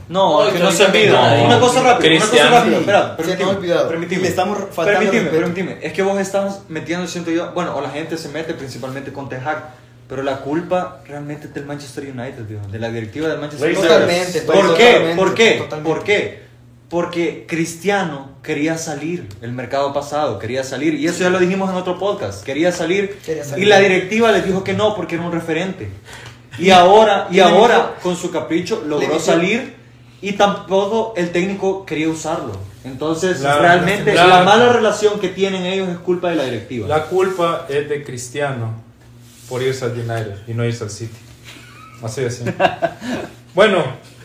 S6: No, es que no se
S3: olvida.
S6: olvida.
S3: No.
S6: Una cosa rápida, una cosa
S3: Cristiano.
S6: rápida.
S8: Sí,
S6: Espera,
S8: se nos ha olvidado.
S6: permitime.
S8: Y le estamos faltando al
S6: Permitime,
S8: respeto.
S6: permitime. Es que vos estás metiendo, siento yo, bueno, o la gente se mete principalmente con Ten Hag, pero la culpa realmente es del Manchester United, viejo, de la directiva del Manchester United.
S8: Pues Totalmente,
S6: ¿Por qué?
S8: totalmente, pues
S6: ¿Por qué?
S8: totalmente.
S6: ¿Por qué? Porque Cristiano quería salir el mercado pasado, quería salir, y eso ya lo dijimos en otro podcast, quería salir,
S8: Quería salir.
S6: y la directiva les dijo que no porque era un referente. Y ahora, y
S8: le
S6: ahora con su capricho logró
S8: metió-
S6: salir y tampoco el técnico quería usarlo. Entonces,
S3: Claro,
S6: realmente
S3: claro.
S6: la mala relación que tienen ellos es culpa de la directiva.
S3: La culpa es de Cristiano por irse al United y no irse al City. Así de simple. Bueno,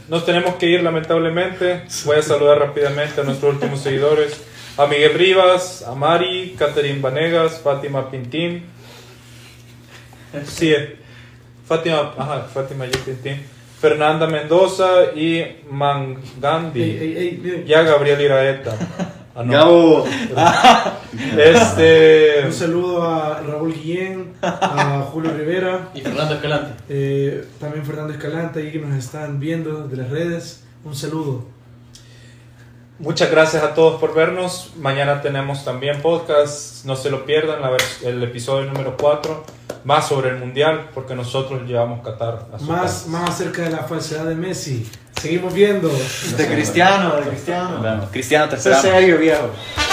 S3: nos tenemos que ir lamentablemente. Voy a saludar rápidamente a nuestros últimos seguidores. A Miguel Rivas, a Mari, Catherine Vanegas, Fátima Pintín. Sí, eh. Fátima, ajá, Fátima G. Pintín. Fernanda Mendoza y Mangandi.
S4: Ey, ey, ey, ey.
S3: Ya Gabriel Iraeta. Ah, no.
S5: Gabo.
S3: Este.
S4: Un saludo a Raúl Guillén, a Julio Rivera,
S7: Y Fernando Escalante.
S4: eh, también Fernando Escalante, ahí que nos están viendo de las redes. Un saludo.
S3: Muchas gracias a todos por vernos. Mañana tenemos también podcast. No se lo pierdan la vers- el episodio número 4. Más sobre el mundial, porque nosotros llevamos Qatar a su
S4: Más,
S3: casa.
S4: más acerca de la falsedad de Messi. Seguimos viendo.
S8: De Cristiano, de Cristiano.
S5: Cristiano, te
S8: Eso es
S5: esperamos.
S8: serio, viejo.